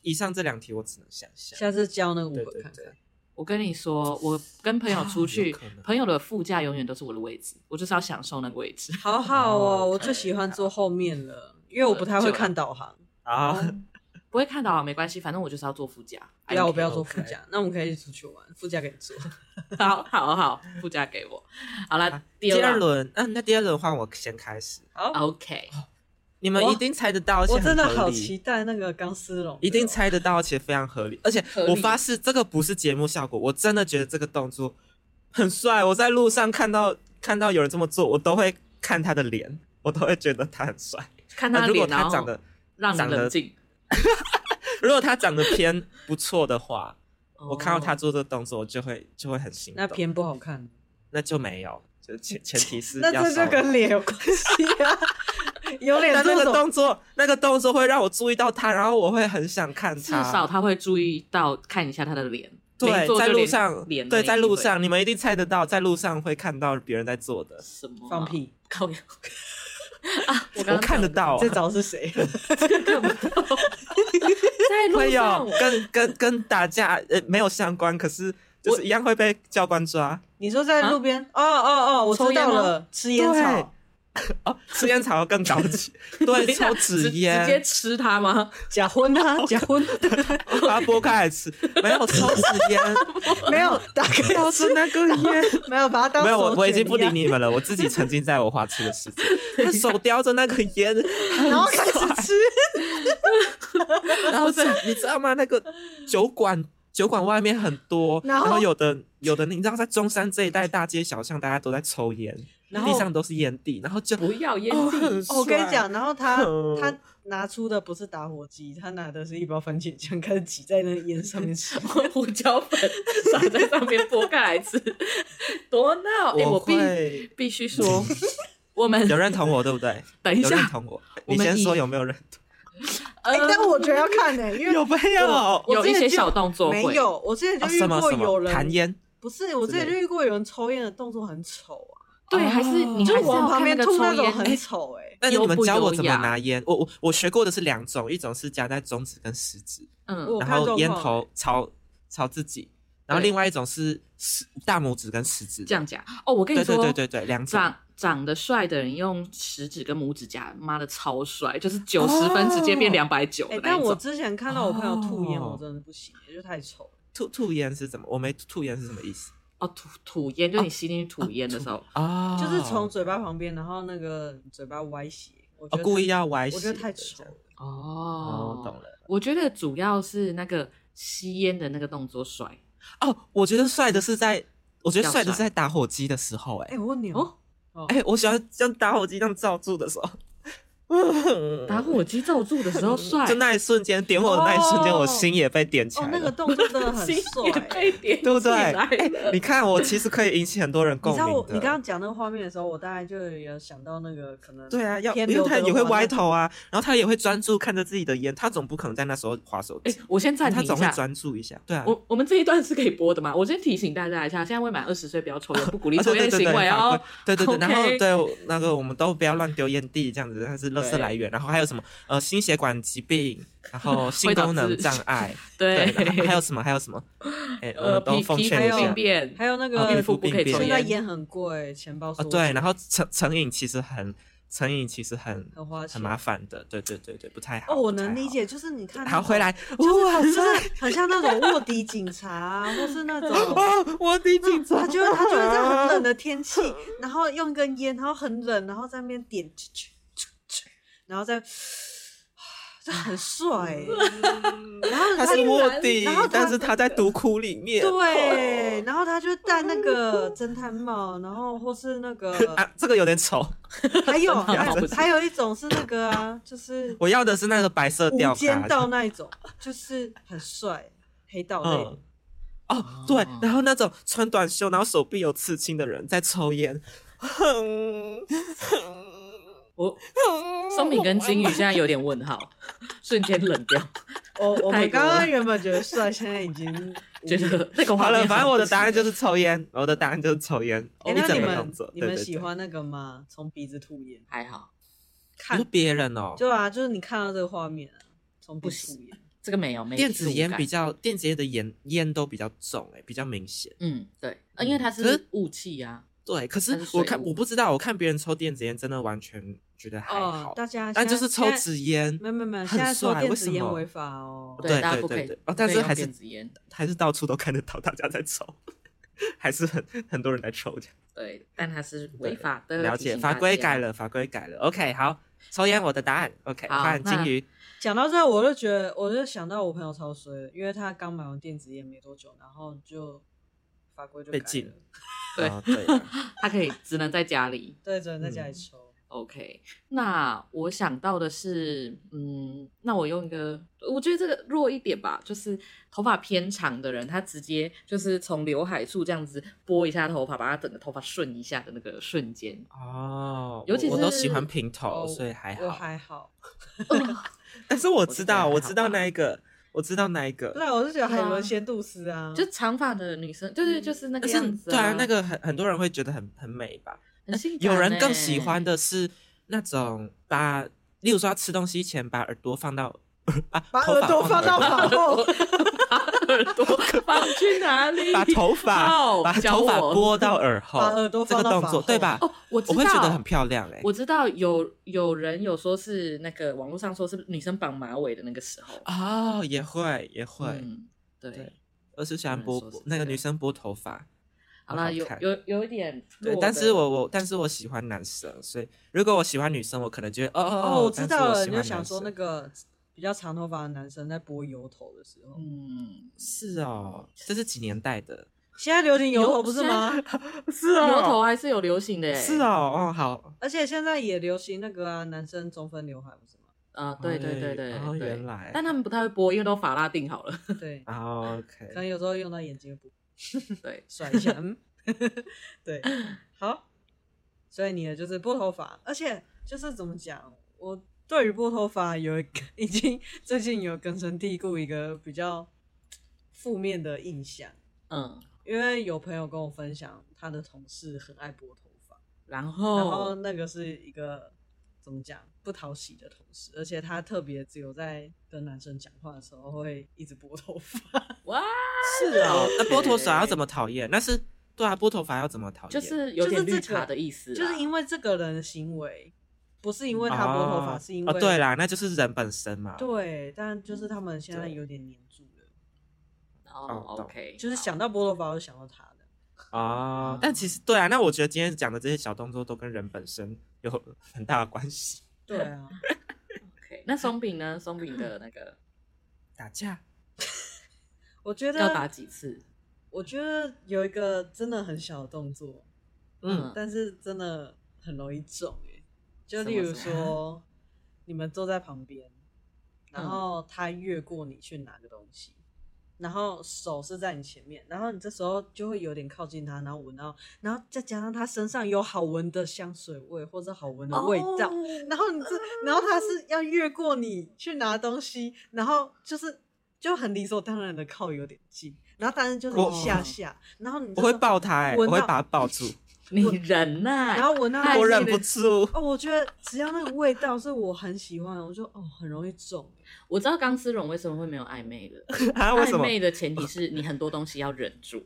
Speaker 2: 以上这两题我只能想象。
Speaker 1: 下次教那个五
Speaker 2: 对
Speaker 1: 个
Speaker 2: 对
Speaker 1: 看看
Speaker 2: 对，，
Speaker 3: 我跟你说，我跟朋友出去
Speaker 2: 啊有可能，
Speaker 3: 朋友的副驾永远都是我的位置，我就是要享受那个位
Speaker 2: [laughs]
Speaker 3: 置。
Speaker 1: 好好哦，
Speaker 2: OK，
Speaker 1: 我最喜欢坐后面了，因为我不太会看导航。
Speaker 2: 啊，
Speaker 3: [laughs] 不会看到啊，没关系，反正我就是要坐副驾。
Speaker 1: 不要，
Speaker 3: I
Speaker 1: 我不要
Speaker 3: care
Speaker 1: 坐副驾，那我们可以一起出去玩，副驾给你坐。
Speaker 3: 好好好，副驾给我。好了，
Speaker 2: 第
Speaker 3: 第二
Speaker 2: 二啊轮，哦嗯，那第二轮换我先开始，
Speaker 1: 好，
Speaker 3: ，OK，
Speaker 2: 你们
Speaker 1: 我
Speaker 2: 一定猜得到，而且
Speaker 1: 我真的
Speaker 2: 很合
Speaker 1: 好
Speaker 2: 理
Speaker 1: 期待那个钢丝哦绒，
Speaker 2: 一定。猜得到，而且非常合理。而且
Speaker 3: 合理
Speaker 2: 我发誓，这个不是节目效果，我真的觉得这个动作很帅。我在路上看到看到有人这么做，我都会看他的脸，我都会觉得他很帅。
Speaker 3: 看
Speaker 2: 那
Speaker 3: 他的
Speaker 2: 如果
Speaker 3: 脸，然
Speaker 2: 他
Speaker 3: 后
Speaker 2: 长得，
Speaker 3: 让你
Speaker 2: 长得
Speaker 3: 冷静。
Speaker 2: [laughs] 如果他长得偏不错的话，我看到他
Speaker 3: 哦
Speaker 2: 做这个动作，我就会就会很心动。
Speaker 1: 那偏不好看，
Speaker 2: 那就没有，就
Speaker 3: [laughs]
Speaker 2: 前前提是
Speaker 1: 那
Speaker 2: 要
Speaker 1: 这
Speaker 2: 稍
Speaker 1: 就
Speaker 2: 微
Speaker 1: 跟脸有关系啊，
Speaker 2: [laughs]
Speaker 1: 有
Speaker 3: [laughs]
Speaker 1: 脸
Speaker 2: 但
Speaker 1: 做
Speaker 2: 那
Speaker 1: 什
Speaker 2: 个
Speaker 1: 么？
Speaker 2: 动作，那个动作会让我注意到他，然后我会很想看
Speaker 3: 至
Speaker 2: 他。
Speaker 3: 少他会注意到看一下他的脸。没
Speaker 2: 对，
Speaker 3: 做
Speaker 2: 在
Speaker 3: 就
Speaker 2: 路
Speaker 3: 连
Speaker 2: 上
Speaker 3: 脸，都
Speaker 2: 对，
Speaker 3: 没
Speaker 2: 在
Speaker 3: 机
Speaker 2: 路
Speaker 3: 会
Speaker 2: 上，你们一定猜得到，在路上会看到别人在做的。
Speaker 3: 什么啊
Speaker 1: 放，屁！
Speaker 2: [laughs]
Speaker 3: 靠腰啊！我刚刚
Speaker 2: 我看得
Speaker 3: 讲的
Speaker 2: 到，
Speaker 1: 这招是谁？
Speaker 3: 看不到，在路
Speaker 2: [laughs] 会有
Speaker 3: 上我
Speaker 2: 跟跟跟打架呃没有相关，可是就是一样会被教官
Speaker 3: [laughs]
Speaker 2: 抓。
Speaker 1: 你说在路边？哦哦哦，我
Speaker 3: 啊抽
Speaker 1: 知
Speaker 3: 烟
Speaker 1: 道
Speaker 3: 吗
Speaker 1: 了，吃烟草，
Speaker 2: 哦，吃烟草更高
Speaker 3: [laughs]
Speaker 2: 级，对，抽纸
Speaker 3: 直直接
Speaker 2: 烟，
Speaker 3: 吃它吗？
Speaker 1: 假婚 [laughs] 啊，假婚，
Speaker 2: 把它剥开来吃，没有抽纸烟，
Speaker 1: 没有打开
Speaker 2: 要吃那个
Speaker 1: [laughs]
Speaker 2: 烟。
Speaker 1: 没有把它当
Speaker 2: 没有，我
Speaker 1: 手
Speaker 2: 我已
Speaker 1: 卷
Speaker 2: 经不
Speaker 1: 一样
Speaker 2: 理你们了，我自己沉浸在我花痴的世界。他手叼着那个烟，
Speaker 1: 然后开始吃，
Speaker 2: 然后这你知道吗？那个酒馆酒馆外面很多，
Speaker 1: 然
Speaker 2: 然
Speaker 1: 后
Speaker 2: 后有的有的，你知道在中山这一带大街小巷，大家都在抽烟，
Speaker 1: 然后
Speaker 2: 地上都是烟蒂，然后就
Speaker 3: 不要烟
Speaker 2: 哦
Speaker 3: 蒂
Speaker 2: 很
Speaker 1: 我跟你
Speaker 2: 帅
Speaker 1: 讲，然后他
Speaker 2: 嗯
Speaker 3: 哦
Speaker 1: 他拿出的不是打火机，他拿的是一包番茄酱，开始挤在那个烟上面
Speaker 3: [laughs]
Speaker 1: 吃。
Speaker 3: 胡椒粉撒在上面剥开来吃， [laughs] 多闹！哎、我必
Speaker 2: 会
Speaker 3: 必
Speaker 2: [laughs]
Speaker 3: 须说，我们
Speaker 2: 有认同我对不对？
Speaker 3: 等一
Speaker 2: 有
Speaker 3: 下
Speaker 2: 认，同我，
Speaker 3: 我
Speaker 2: 你
Speaker 3: 们
Speaker 2: 先
Speaker 3: 以
Speaker 2: 说有没有认同？
Speaker 1: 哎、
Speaker 3: 呃
Speaker 1: 但我觉得要看呢、
Speaker 2: [laughs]
Speaker 1: 因为
Speaker 2: 有没有？
Speaker 1: 我
Speaker 3: 有一
Speaker 1: 之前
Speaker 3: 些
Speaker 1: 就
Speaker 3: 小动作会
Speaker 1: 没有，我之前
Speaker 2: 啊
Speaker 1: 就遇
Speaker 2: 什么
Speaker 1: 过
Speaker 2: 什
Speaker 1: 有
Speaker 2: 么
Speaker 1: 人、
Speaker 2: 弹烟？
Speaker 1: 不是，我之前就遇过有人抽烟的动作很丑啊，
Speaker 3: 对，还是
Speaker 2: 哦
Speaker 3: 你
Speaker 1: 就
Speaker 3: 还
Speaker 1: 是
Speaker 3: 是
Speaker 1: 往
Speaker 3: 要
Speaker 1: 旁
Speaker 3: 看那
Speaker 1: 边
Speaker 3: 个
Speaker 1: 吐那
Speaker 3: 抽
Speaker 1: 种
Speaker 3: 烟。
Speaker 1: 很
Speaker 3: 哎
Speaker 1: 丑哎、
Speaker 2: 但是你们
Speaker 3: 优不
Speaker 2: 教我
Speaker 3: 优
Speaker 2: 怎么
Speaker 3: 雅
Speaker 2: 拿烟？我我我学过的是两种，一种是夹在中指跟食指，
Speaker 1: 我
Speaker 3: 嗯，
Speaker 2: 然
Speaker 1: 看
Speaker 2: 后
Speaker 1: 状
Speaker 2: 烟
Speaker 1: 况
Speaker 2: 头朝朝自己，然后
Speaker 3: 对
Speaker 2: 另外一种是食大拇指跟食指
Speaker 3: 这。样讲哦，我跟
Speaker 2: 对
Speaker 3: 你说，
Speaker 2: 对对对对，两种。
Speaker 3: 长长得帅的人用食指跟拇指夹，妈的超帅，就是九十分直接变两百九
Speaker 1: 哎、
Speaker 3: 的那
Speaker 1: 但
Speaker 3: 一
Speaker 1: 我
Speaker 3: 种。
Speaker 1: 之前看到我朋友吐烟，
Speaker 2: 哦
Speaker 1: 我真的不行、就太丑了。
Speaker 2: 吐吐烟是怎么？我没吐烟是什么意思
Speaker 3: 哦，吐吐烟，就是你吸进去吐烟的时候，
Speaker 2: 啊
Speaker 1: 就是从嘴巴旁边，然后那个嘴巴歪斜，我觉
Speaker 2: 哦
Speaker 1: 得、
Speaker 2: 故意，要歪斜，
Speaker 1: 我觉得太丑了。
Speaker 3: 哦
Speaker 2: 哦，懂了。
Speaker 3: 我觉得主要是那个吸烟的那个动作帅
Speaker 2: 哦，我觉得帅的是在，我觉得
Speaker 3: 要
Speaker 2: 帅的是
Speaker 3: 帅
Speaker 2: 在打火机的时候、欸，
Speaker 1: 哎、我问你哦
Speaker 3: 哦，
Speaker 2: 哎、我喜欢像打火机这样罩住的时候，
Speaker 3: 打火机罩住的时候帅，
Speaker 2: 就那一瞬间点火的那一瞬间，
Speaker 1: 哦
Speaker 2: 我心也被点起
Speaker 1: 哦
Speaker 2: 来，
Speaker 1: 那
Speaker 2: 了，
Speaker 1: 个动作真的
Speaker 2: [laughs]
Speaker 1: 很
Speaker 3: 也
Speaker 1: 帅、欸
Speaker 3: 被点
Speaker 2: 对不对？
Speaker 3: 起来
Speaker 2: 哎
Speaker 3: 了
Speaker 2: 你看我其实可以引起很多人
Speaker 1: 你
Speaker 2: 共
Speaker 1: 知
Speaker 2: 鸣
Speaker 1: 道我
Speaker 2: 的。
Speaker 1: 你刚刚讲那个画面的时候，我大概就有想到那个可能
Speaker 2: 对啊，要
Speaker 1: 偏
Speaker 2: 因为
Speaker 1: 刘
Speaker 2: 他
Speaker 1: 德
Speaker 2: 也会
Speaker 1: 华
Speaker 2: 歪
Speaker 1: 那
Speaker 2: 头啊，然后他也会专注看着自己的烟，他总不可能在那时候划手
Speaker 3: 哎、
Speaker 2: 机，
Speaker 3: 我先暂
Speaker 2: 他
Speaker 3: 停
Speaker 2: 总
Speaker 3: 一
Speaker 2: 会
Speaker 3: 下。
Speaker 2: 专注一下。对啊，
Speaker 3: 我我们这一段是可以播的嘛？我先提醒大家一下，现在未满二十岁不要抽烟，不鼓励
Speaker 2: 啊
Speaker 3: 抽
Speaker 2: 对
Speaker 3: 烟
Speaker 2: 对
Speaker 3: 的
Speaker 2: 对
Speaker 3: 行
Speaker 2: 对
Speaker 3: 为哦。
Speaker 2: 对对对，然后
Speaker 3: OK
Speaker 2: 对那个我们都不要乱丢烟蒂，这样子它是垃圾来源。然后还有什么呃心血管疾病，然后性
Speaker 3: 会导
Speaker 2: 功能
Speaker 3: 致
Speaker 2: 障碍，
Speaker 3: 对，
Speaker 2: 然后还有什么还有什么？哎，我
Speaker 3: 呃
Speaker 2: 们都
Speaker 3: 皮
Speaker 2: 奉
Speaker 3: 皮肤
Speaker 2: 劝一
Speaker 1: 还
Speaker 2: 下
Speaker 1: 有
Speaker 3: 病。变，
Speaker 1: 还有那
Speaker 2: 啊
Speaker 1: 个
Speaker 2: 皮
Speaker 3: 孕
Speaker 2: 肤
Speaker 3: 妇不可以
Speaker 2: 病
Speaker 3: 抽
Speaker 1: 现在
Speaker 3: 烟。
Speaker 1: 烟很贵，钱包
Speaker 2: 啊
Speaker 1: 缩
Speaker 2: 对，
Speaker 1: 水
Speaker 2: 然后成成瘾其实很成瘾，其实很
Speaker 1: 很花钱
Speaker 2: 很麻烦的，对对对对，不太好。
Speaker 1: 哦，我
Speaker 2: 不太
Speaker 1: 能理
Speaker 2: 好。
Speaker 1: 解，就是你看那
Speaker 2: 好，
Speaker 1: 种
Speaker 2: 回来，哇
Speaker 1: 就是
Speaker 2: 塞！
Speaker 1: 就是很像那种卧底警察啊，或是
Speaker 2: [laughs]
Speaker 1: 那种。
Speaker 2: 哦，我的警察，
Speaker 1: 他就会他就会在很冷的天气，然后用根烟，然后很冷，然后在那边点，然后再，就很帅欸、
Speaker 2: 嗯
Speaker 1: 然后
Speaker 2: 他
Speaker 1: 他
Speaker 2: 是卧底
Speaker 1: 然后，他
Speaker 2: 但是他在毒窟里面。
Speaker 1: 对，然后他就戴那个侦探帽，然后或是那个，
Speaker 2: 啊，这个有点丑。
Speaker 1: 还有
Speaker 3: 侦探
Speaker 1: 还
Speaker 3: 帽不
Speaker 1: 有
Speaker 3: 是
Speaker 1: 还有一种是那个啊，就是
Speaker 2: 我要的是那个白色吊
Speaker 1: 无间
Speaker 2: 卡。
Speaker 1: 道那一种，就是很帅，黑道类的
Speaker 2: 嗯。哦，对，然后那种穿短袖，然后手臂有刺青的人在抽烟，哼，
Speaker 3: 我松饼跟金鱼现在有点问号，瞬间冷掉，
Speaker 1: 我我
Speaker 3: 泰
Speaker 1: 们
Speaker 3: 国
Speaker 1: 刚刚原本觉得帅，现在已经
Speaker 3: 觉得那个画
Speaker 2: 好了，
Speaker 3: 面。
Speaker 2: 反正我的答案就是抽烟，我的答案就是抽烟。
Speaker 1: 哎、
Speaker 2: 一
Speaker 1: 那
Speaker 2: 整
Speaker 1: 你
Speaker 2: 个
Speaker 1: 们
Speaker 2: 动作，
Speaker 1: 你
Speaker 2: 对
Speaker 1: 们
Speaker 2: 对
Speaker 1: 喜
Speaker 2: 对
Speaker 1: 欢那个吗？从鼻子吐烟，
Speaker 3: 还好，
Speaker 2: 你
Speaker 1: 看
Speaker 2: 说别人哦？
Speaker 1: 对啊，就是你看到这个画面啊，从
Speaker 2: 嗯
Speaker 1: 鼻子吐烟，
Speaker 3: 这个没有没
Speaker 2: 电子烟
Speaker 3: 触感
Speaker 2: 比较，电子烟的烟烟都比较重，哎，比较明显。
Speaker 3: 嗯对，呃因为它
Speaker 2: 可
Speaker 3: 是
Speaker 2: 是
Speaker 3: 雾气啊，
Speaker 2: 对，可
Speaker 3: 它
Speaker 2: 是
Speaker 3: 是水
Speaker 2: 我看
Speaker 3: 雾
Speaker 2: 我不知道，我看别人抽电子烟，真的完全觉得还
Speaker 1: 哦
Speaker 2: 好，，
Speaker 1: 大家现
Speaker 2: 但
Speaker 1: 在
Speaker 2: 就是抽
Speaker 1: 现在
Speaker 2: 纸烟，
Speaker 1: 没有没有没有，
Speaker 2: 很
Speaker 1: 现在抽
Speaker 2: 帅
Speaker 1: 电
Speaker 2: 为
Speaker 1: 子
Speaker 2: 什
Speaker 1: 烟
Speaker 2: 么
Speaker 1: 违法哦。
Speaker 2: 对对
Speaker 3: 大家不可
Speaker 2: 对
Speaker 3: 以
Speaker 2: 对哦但
Speaker 3: 不可以
Speaker 2: 是
Speaker 3: 用
Speaker 2: 还是
Speaker 3: 电子烟，
Speaker 2: 还是到处都看得到大家在抽，还是很很多人在抽这样。
Speaker 3: 对，但它是违法的。
Speaker 2: 了
Speaker 3: 提
Speaker 2: 解，
Speaker 3: 醒
Speaker 2: 法
Speaker 3: 大
Speaker 2: 规
Speaker 3: 家
Speaker 2: 改。了，法规改了。OK，好，抽烟我的答案。OK，
Speaker 3: 好
Speaker 2: 换
Speaker 3: 那
Speaker 2: 金鱼。
Speaker 1: 讲到这，我就觉得，我就想到我朋友超衰的，因为他刚买完电子烟没多久，然后就法规就
Speaker 2: 被
Speaker 1: 改
Speaker 2: 禁
Speaker 1: 了，
Speaker 3: 对
Speaker 2: 哦对啊，
Speaker 3: 它可以只能在家里。
Speaker 1: 对，只能在家
Speaker 2: 嗯
Speaker 1: 里抽。
Speaker 3: OK，那我想到的是，嗯，那我用一个，我觉得这个弱一点吧，就是头发偏长的人，他直接就是从刘海处这样子拨一下头发，把他整个头发顺一下的那个瞬间，
Speaker 2: 哦，
Speaker 3: 尤其
Speaker 2: 我我都
Speaker 3: 是
Speaker 2: 喜欢平头，
Speaker 1: 哦
Speaker 2: 所以还
Speaker 1: 我
Speaker 2: 好。
Speaker 1: 还好，
Speaker 2: 但是我
Speaker 3: 就
Speaker 2: 知
Speaker 3: 觉得还
Speaker 2: 道，我
Speaker 3: 好
Speaker 2: 知道
Speaker 3: 吧
Speaker 2: 那一个，我知道那一
Speaker 1: 不
Speaker 2: 个。
Speaker 1: 然我是觉得海
Speaker 3: 对啊
Speaker 1: 伦仙杜斯啊，
Speaker 3: 就长发的女生，对对，就是那个
Speaker 2: 但
Speaker 3: 样
Speaker 2: 是
Speaker 3: 子、
Speaker 2: 对啊，那
Speaker 3: 那
Speaker 2: 个很很多人会觉得很很美吧？
Speaker 3: 很性感、欸
Speaker 2: 有人更喜欢，的是那种把，例如说他吃东西前把耳朵放到，把
Speaker 1: 把
Speaker 2: 头
Speaker 1: 耳
Speaker 2: 发
Speaker 1: 朵放到
Speaker 2: 耳朵
Speaker 1: 脑后，
Speaker 3: [laughs]
Speaker 1: [laughs]
Speaker 3: 耳朵放去哪里？
Speaker 2: 把头发
Speaker 3: 哦
Speaker 2: 把
Speaker 3: 教
Speaker 2: 头发
Speaker 3: 我
Speaker 2: 拨到耳后，
Speaker 1: [laughs] 把耳朵
Speaker 2: 这
Speaker 1: 放
Speaker 2: 个
Speaker 1: 到
Speaker 2: 动
Speaker 1: 发
Speaker 2: 作
Speaker 1: 后
Speaker 2: 对吧？
Speaker 3: 哦，我知
Speaker 2: 我
Speaker 3: 道，
Speaker 2: 会觉得很漂亮哎。
Speaker 3: 我知道有有人有说是那个网络上说是女生绑马尾的那个时候，
Speaker 2: 哦，也会也会，
Speaker 3: 嗯、对，
Speaker 2: 对我是喜欢拨
Speaker 3: 有人说是
Speaker 2: 那个
Speaker 3: 这个
Speaker 2: 女生拨头发，
Speaker 3: 好啦，
Speaker 2: 很
Speaker 3: 有
Speaker 2: 看
Speaker 3: 有有一点弱
Speaker 2: 对，
Speaker 3: 的，
Speaker 2: 但是我我但是我喜欢男生，所以如果我喜欢女生，我可能觉得哦
Speaker 1: 哦，我
Speaker 2: 哦，
Speaker 1: 知
Speaker 2: 但是
Speaker 1: 道了，
Speaker 2: 喜
Speaker 1: 你就
Speaker 2: 欢
Speaker 1: 想
Speaker 2: 男
Speaker 1: 说那
Speaker 2: 生
Speaker 1: 个比较长头发的男生在拨油头的时候，
Speaker 3: 嗯，
Speaker 2: 是哦，这是几年代的？
Speaker 1: 现在流行油头不是吗？
Speaker 2: 是
Speaker 3: [laughs] 油头还是有流行的欸耶，
Speaker 2: 是，哦，哦好，
Speaker 1: 而且现在也流行那个啊，男生中分刘海不是吗？ [laughs]
Speaker 3: 啊、对对对
Speaker 2: 哎
Speaker 3: 对，
Speaker 2: 哦
Speaker 3: 对
Speaker 2: 原来
Speaker 3: 但他们不太会播，因为都法拉定好了， [laughs]
Speaker 2: [laughs]
Speaker 1: 对，
Speaker 2: 啊
Speaker 1: 可
Speaker 2: OK，
Speaker 1: 能有时候用到眼睛不
Speaker 3: 对，
Speaker 1: 甩一下， [laughs] 嗯，对，好。所以你的就是拨头发，而且就是怎么讲，我对于拨头发有一个 [laughs] 已经最近有根深蒂固一个比较负面的印象，
Speaker 3: 嗯，
Speaker 1: 因为有朋友跟我分享，他的同事很爱拨头发。
Speaker 3: 然
Speaker 1: 然
Speaker 2: 哦
Speaker 1: 后
Speaker 3: 后
Speaker 1: 那个是一个怎么讲不讨喜的同事，而且他特别只有在跟男生讲话的时候会一直拨头发，
Speaker 3: 哇，
Speaker 2: 是哦，那拨头发要
Speaker 3: 对
Speaker 2: 怎么讨厌？那是对啊，拨头发要怎么讨厌？
Speaker 3: 就是有
Speaker 1: 就是
Speaker 3: 点
Speaker 1: 这
Speaker 3: 绿
Speaker 1: 个
Speaker 3: 茶的意思啦，
Speaker 1: 就是因为这个人的行为，不是因为他拨头发，
Speaker 2: 哦
Speaker 1: 是因为、
Speaker 2: 哦对啦，那就是人本身嘛。
Speaker 1: 对但就是他们现在
Speaker 2: 对
Speaker 1: 有点黏住了，
Speaker 3: 哦
Speaker 2: 哦懂
Speaker 3: ，OK，
Speaker 1: 就是
Speaker 3: 好
Speaker 1: 想到拨头发我就想到他的，
Speaker 2: 哦，但其实对啊，那我觉得今天讲的这些小动作都跟人本身有很大的关系。
Speaker 1: 对啊，
Speaker 3: OK，那松饼呢？松饼的那个
Speaker 2: 打架
Speaker 1: 我觉
Speaker 3: 要打
Speaker 1: 得
Speaker 3: 几次？
Speaker 1: 我觉得有一个真的很小的动作，
Speaker 2: 嗯
Speaker 1: 但是真的很容易中哎、就
Speaker 3: 什
Speaker 1: 例
Speaker 3: 么嗯
Speaker 1: 如 [laughs]
Speaker 3: 什么
Speaker 1: 说，你们坐在旁边，然后他越过你去拿个东西，然后手是在你前面，然后你这时候就会有点靠近他，然后闻到，然后再加上他身上有好闻的香水味或者好闻的味 [laughs]
Speaker 3: 哦
Speaker 1: 道，然后你这，然后他是要越过你去拿东西，然后就是就很理所当然的靠有点近，然后但是就是一下下，然后你
Speaker 2: 我
Speaker 1: 就
Speaker 2: 会
Speaker 1: 说，
Speaker 2: 抱他、欸，我
Speaker 1: 闻到
Speaker 2: 会把他抱住，
Speaker 3: 你忍耐，
Speaker 1: 然后闻到他
Speaker 2: 我
Speaker 1: 的
Speaker 2: 忍不住。
Speaker 1: [laughs] 哦，我觉得只要那个味道是我很喜欢的，我就哦很容易中。
Speaker 3: 我知道钢丝绒为什么会没有暧昧了。
Speaker 2: [laughs] 啊，为什
Speaker 3: 暧
Speaker 2: 么？
Speaker 3: 昧的前提是你很多东西要忍
Speaker 2: [laughs]
Speaker 3: 住，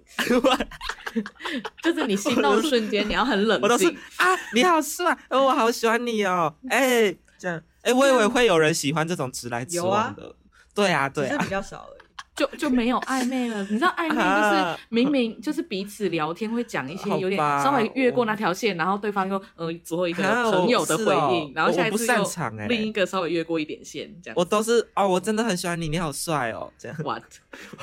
Speaker 3: 就是你心动的瞬间你要很冷
Speaker 2: 我都是
Speaker 3: 静。
Speaker 2: 啊，你好帅，哦，我好喜欢你哦，哎、这样，哎、我以为会有人喜欢这种直来直往的，对啊，对
Speaker 1: 只是
Speaker 2: 啊
Speaker 1: 比，较少而已。
Speaker 3: 就就没有暧昧了。你知道暧昧就
Speaker 2: 啊
Speaker 3: 是明明就是彼此聊天会讲一些
Speaker 2: 好吧哦
Speaker 3: 有点稍微越过那条线，然后对方又呃只会一个
Speaker 2: 啊我
Speaker 3: 朋友的回应，
Speaker 2: 是哦
Speaker 3: 然后下一
Speaker 2: 我不
Speaker 3: 次
Speaker 2: 擅长
Speaker 3: 又
Speaker 2: 欸
Speaker 3: 另一个稍微越过一点线，这
Speaker 2: [laughs]
Speaker 3: 样
Speaker 2: 我都是哦，我真的很喜欢你，你好帅哦，这样， [laughs]
Speaker 3: what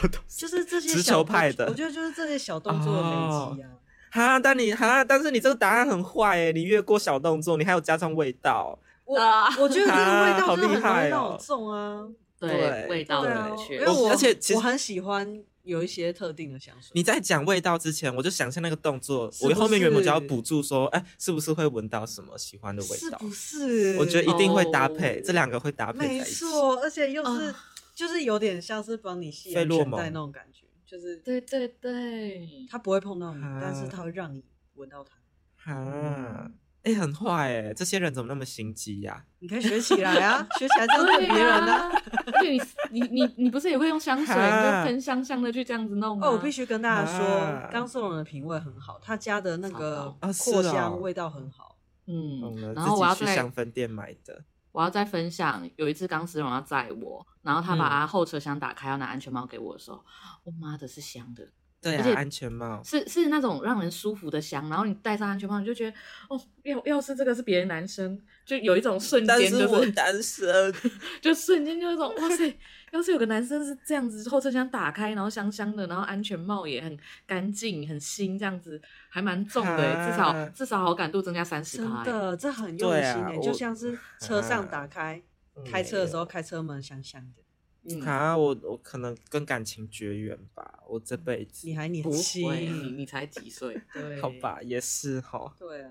Speaker 2: 我都是
Speaker 1: 就是
Speaker 2: [laughs]
Speaker 1: 这些
Speaker 2: 直
Speaker 1: 小
Speaker 2: 球派的哦
Speaker 1: 我觉得就是这些小动作的累积啊。
Speaker 2: [laughs] 哈，但你哈，但是你这个答案很坏哎，你越过小动作，你还有加上味道，
Speaker 1: 我
Speaker 3: 啊
Speaker 1: 我觉得这个味道
Speaker 2: 啊
Speaker 1: 真的很
Speaker 2: 好
Speaker 1: 容易
Speaker 2: 厉害哦
Speaker 1: 让我中啊。
Speaker 3: 对
Speaker 2: 对
Speaker 3: 味道
Speaker 1: 对
Speaker 3: 的
Speaker 1: 啊，
Speaker 3: 冷
Speaker 1: 因
Speaker 3: 却
Speaker 1: 为。我
Speaker 2: 而且其实
Speaker 1: 我很喜欢有一些特定的香水。
Speaker 2: 你在讲味道之前，我就想象那个动作，
Speaker 1: 是不是
Speaker 2: 我后面原本就要补助说，哎、是不是会闻到什么喜欢的味
Speaker 1: 是
Speaker 2: 道？
Speaker 1: 不是？
Speaker 2: 我觉得一定会搭配，
Speaker 3: 哦
Speaker 2: 这两个会搭配
Speaker 1: 没
Speaker 2: 在一起。
Speaker 1: 错，而且又是、
Speaker 3: 啊
Speaker 1: 就是有点像是帮你系
Speaker 2: 费
Speaker 1: 安
Speaker 2: 洛
Speaker 1: 全
Speaker 2: 蒙
Speaker 1: 带那种感觉，就是
Speaker 3: 对对对，
Speaker 1: 它不会碰到你，
Speaker 2: 啊
Speaker 1: 但是它会让你闻到它。
Speaker 2: 哈，哎、很坏哎、这些人怎么那么心机呀、
Speaker 1: 你可以学起来
Speaker 3: [laughs]
Speaker 1: 啊，学起来这样对
Speaker 3: 对
Speaker 1: 别人呢、
Speaker 3: 啊，而且你你你你不是也会用香水，你
Speaker 2: 啊
Speaker 3: 就喷香香的去这样子弄吗？
Speaker 1: 哦，我必须跟大家
Speaker 2: 啊
Speaker 1: 说，刚宋荣的品味很好，他家的那个
Speaker 2: 啊是
Speaker 1: 扩
Speaker 2: 哦
Speaker 1: 香味道很好。
Speaker 2: 我
Speaker 3: 嗯，
Speaker 2: 们
Speaker 3: 然后我要
Speaker 2: 自己去
Speaker 3: 再
Speaker 2: 香氛店买的，
Speaker 3: 我要再分享，有一次钢丝绒要载我，然后他
Speaker 1: 嗯
Speaker 3: 把后车厢打开要拿安全帽给我的时候，我、妈的是香的，
Speaker 2: 对
Speaker 3: 而且
Speaker 2: 啊，安全帽。
Speaker 3: 是是那种让人舒服的香，然后你戴上安全帽你就觉得，哦，要要是这个是别的男生，就有一种瞬
Speaker 2: 但
Speaker 3: 间
Speaker 2: 是
Speaker 3: 就
Speaker 2: 我
Speaker 3: 是
Speaker 2: 单身，
Speaker 3: 就瞬间就有一种哇塞， [laughs] 要是有个男生是这样子，后车厢打开，然后香香的，然后安全帽也很干净很新，这样子还蛮重的耶，
Speaker 2: 啊
Speaker 3: 至少至少好感度增加三十欸
Speaker 1: 真
Speaker 3: 趴耶，
Speaker 1: 的，这很用心
Speaker 2: 对啊
Speaker 1: 诶、
Speaker 2: 我
Speaker 1: 就像是车上打开、 [laughs] 开车的时候，开车门香香的。
Speaker 3: 嗯
Speaker 2: 嗯啊，我我可能跟感情绝缘吧，我这辈子
Speaker 1: 你还年
Speaker 3: 不会，啊你
Speaker 1: 轻，
Speaker 3: 你才几岁？
Speaker 2: [laughs]
Speaker 1: 对，
Speaker 2: 啊好，吧，也是哈。
Speaker 1: 对啊。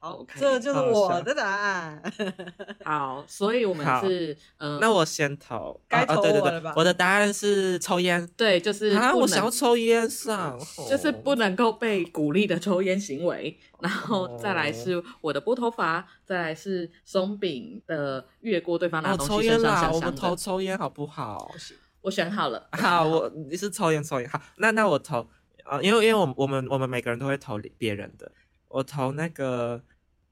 Speaker 1: 好，
Speaker 3: OK，
Speaker 1: 这就是
Speaker 2: 好
Speaker 1: 我
Speaker 2: 笑
Speaker 1: 的答案。
Speaker 3: 好，所以我们
Speaker 2: 好
Speaker 3: 是呃，
Speaker 2: 那我先投，
Speaker 1: 该
Speaker 2: 啊
Speaker 1: 投
Speaker 2: 啊、对对
Speaker 1: 我了吧
Speaker 2: 对，我的答案是抽烟
Speaker 3: 对就是
Speaker 2: 啊，
Speaker 3: 不
Speaker 2: 我
Speaker 3: 能
Speaker 2: 想要抽烟上，哦
Speaker 3: 就是不能够被鼓励的抽烟行为，然后再来是我的拨头发，再来是松饼的越过对方拿
Speaker 2: 哦，
Speaker 3: 东
Speaker 2: 抽
Speaker 3: 西
Speaker 2: 烟
Speaker 3: 身上
Speaker 2: 啦，
Speaker 3: 香
Speaker 2: 我啊
Speaker 3: 香
Speaker 2: 们
Speaker 3: 的
Speaker 2: 投。抽烟好不好？
Speaker 3: 我选好了，
Speaker 2: 好，我你是抽烟抽烟，好，那那我投啊、因为因为我们我们我们每个人都会投别人的，我投那个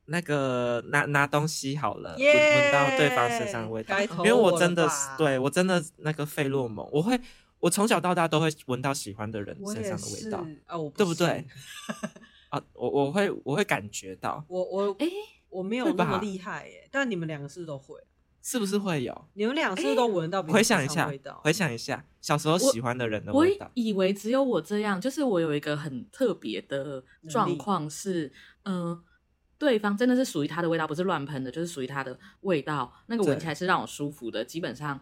Speaker 2: 那个拿拿东西好了，闻闻到对方身上的味道，
Speaker 1: 该投
Speaker 2: 因为
Speaker 1: 我
Speaker 2: 我
Speaker 1: 了
Speaker 2: 真的
Speaker 1: 吧
Speaker 2: 是对我真的那个费洛蒙，我会我从小到大都会闻到喜欢的人
Speaker 1: 我
Speaker 2: 身
Speaker 1: 也
Speaker 2: 上的味
Speaker 1: 是
Speaker 2: 道
Speaker 1: 啊，我
Speaker 2: 对不对
Speaker 1: 信
Speaker 2: 啊，我我会我会感觉到，
Speaker 1: 我我
Speaker 3: 哎
Speaker 1: 我没有
Speaker 2: 会
Speaker 1: 那么
Speaker 2: 吧
Speaker 1: 厉害耶，但你们两个是不是都会，
Speaker 2: 是不是会有？
Speaker 1: 你们两个是不是都闻到别人
Speaker 2: 回想一
Speaker 1: 身上
Speaker 2: 下
Speaker 1: 味道，
Speaker 2: 回想一下小时候喜欢的人的
Speaker 3: 我
Speaker 2: 味道，
Speaker 3: 以为只有我这样，就是我有一个很特别的状况是，嗯、对方真的是属于他的味道，不是乱喷的，就是属于他的味道，那个闻起来是让我舒服的。基本上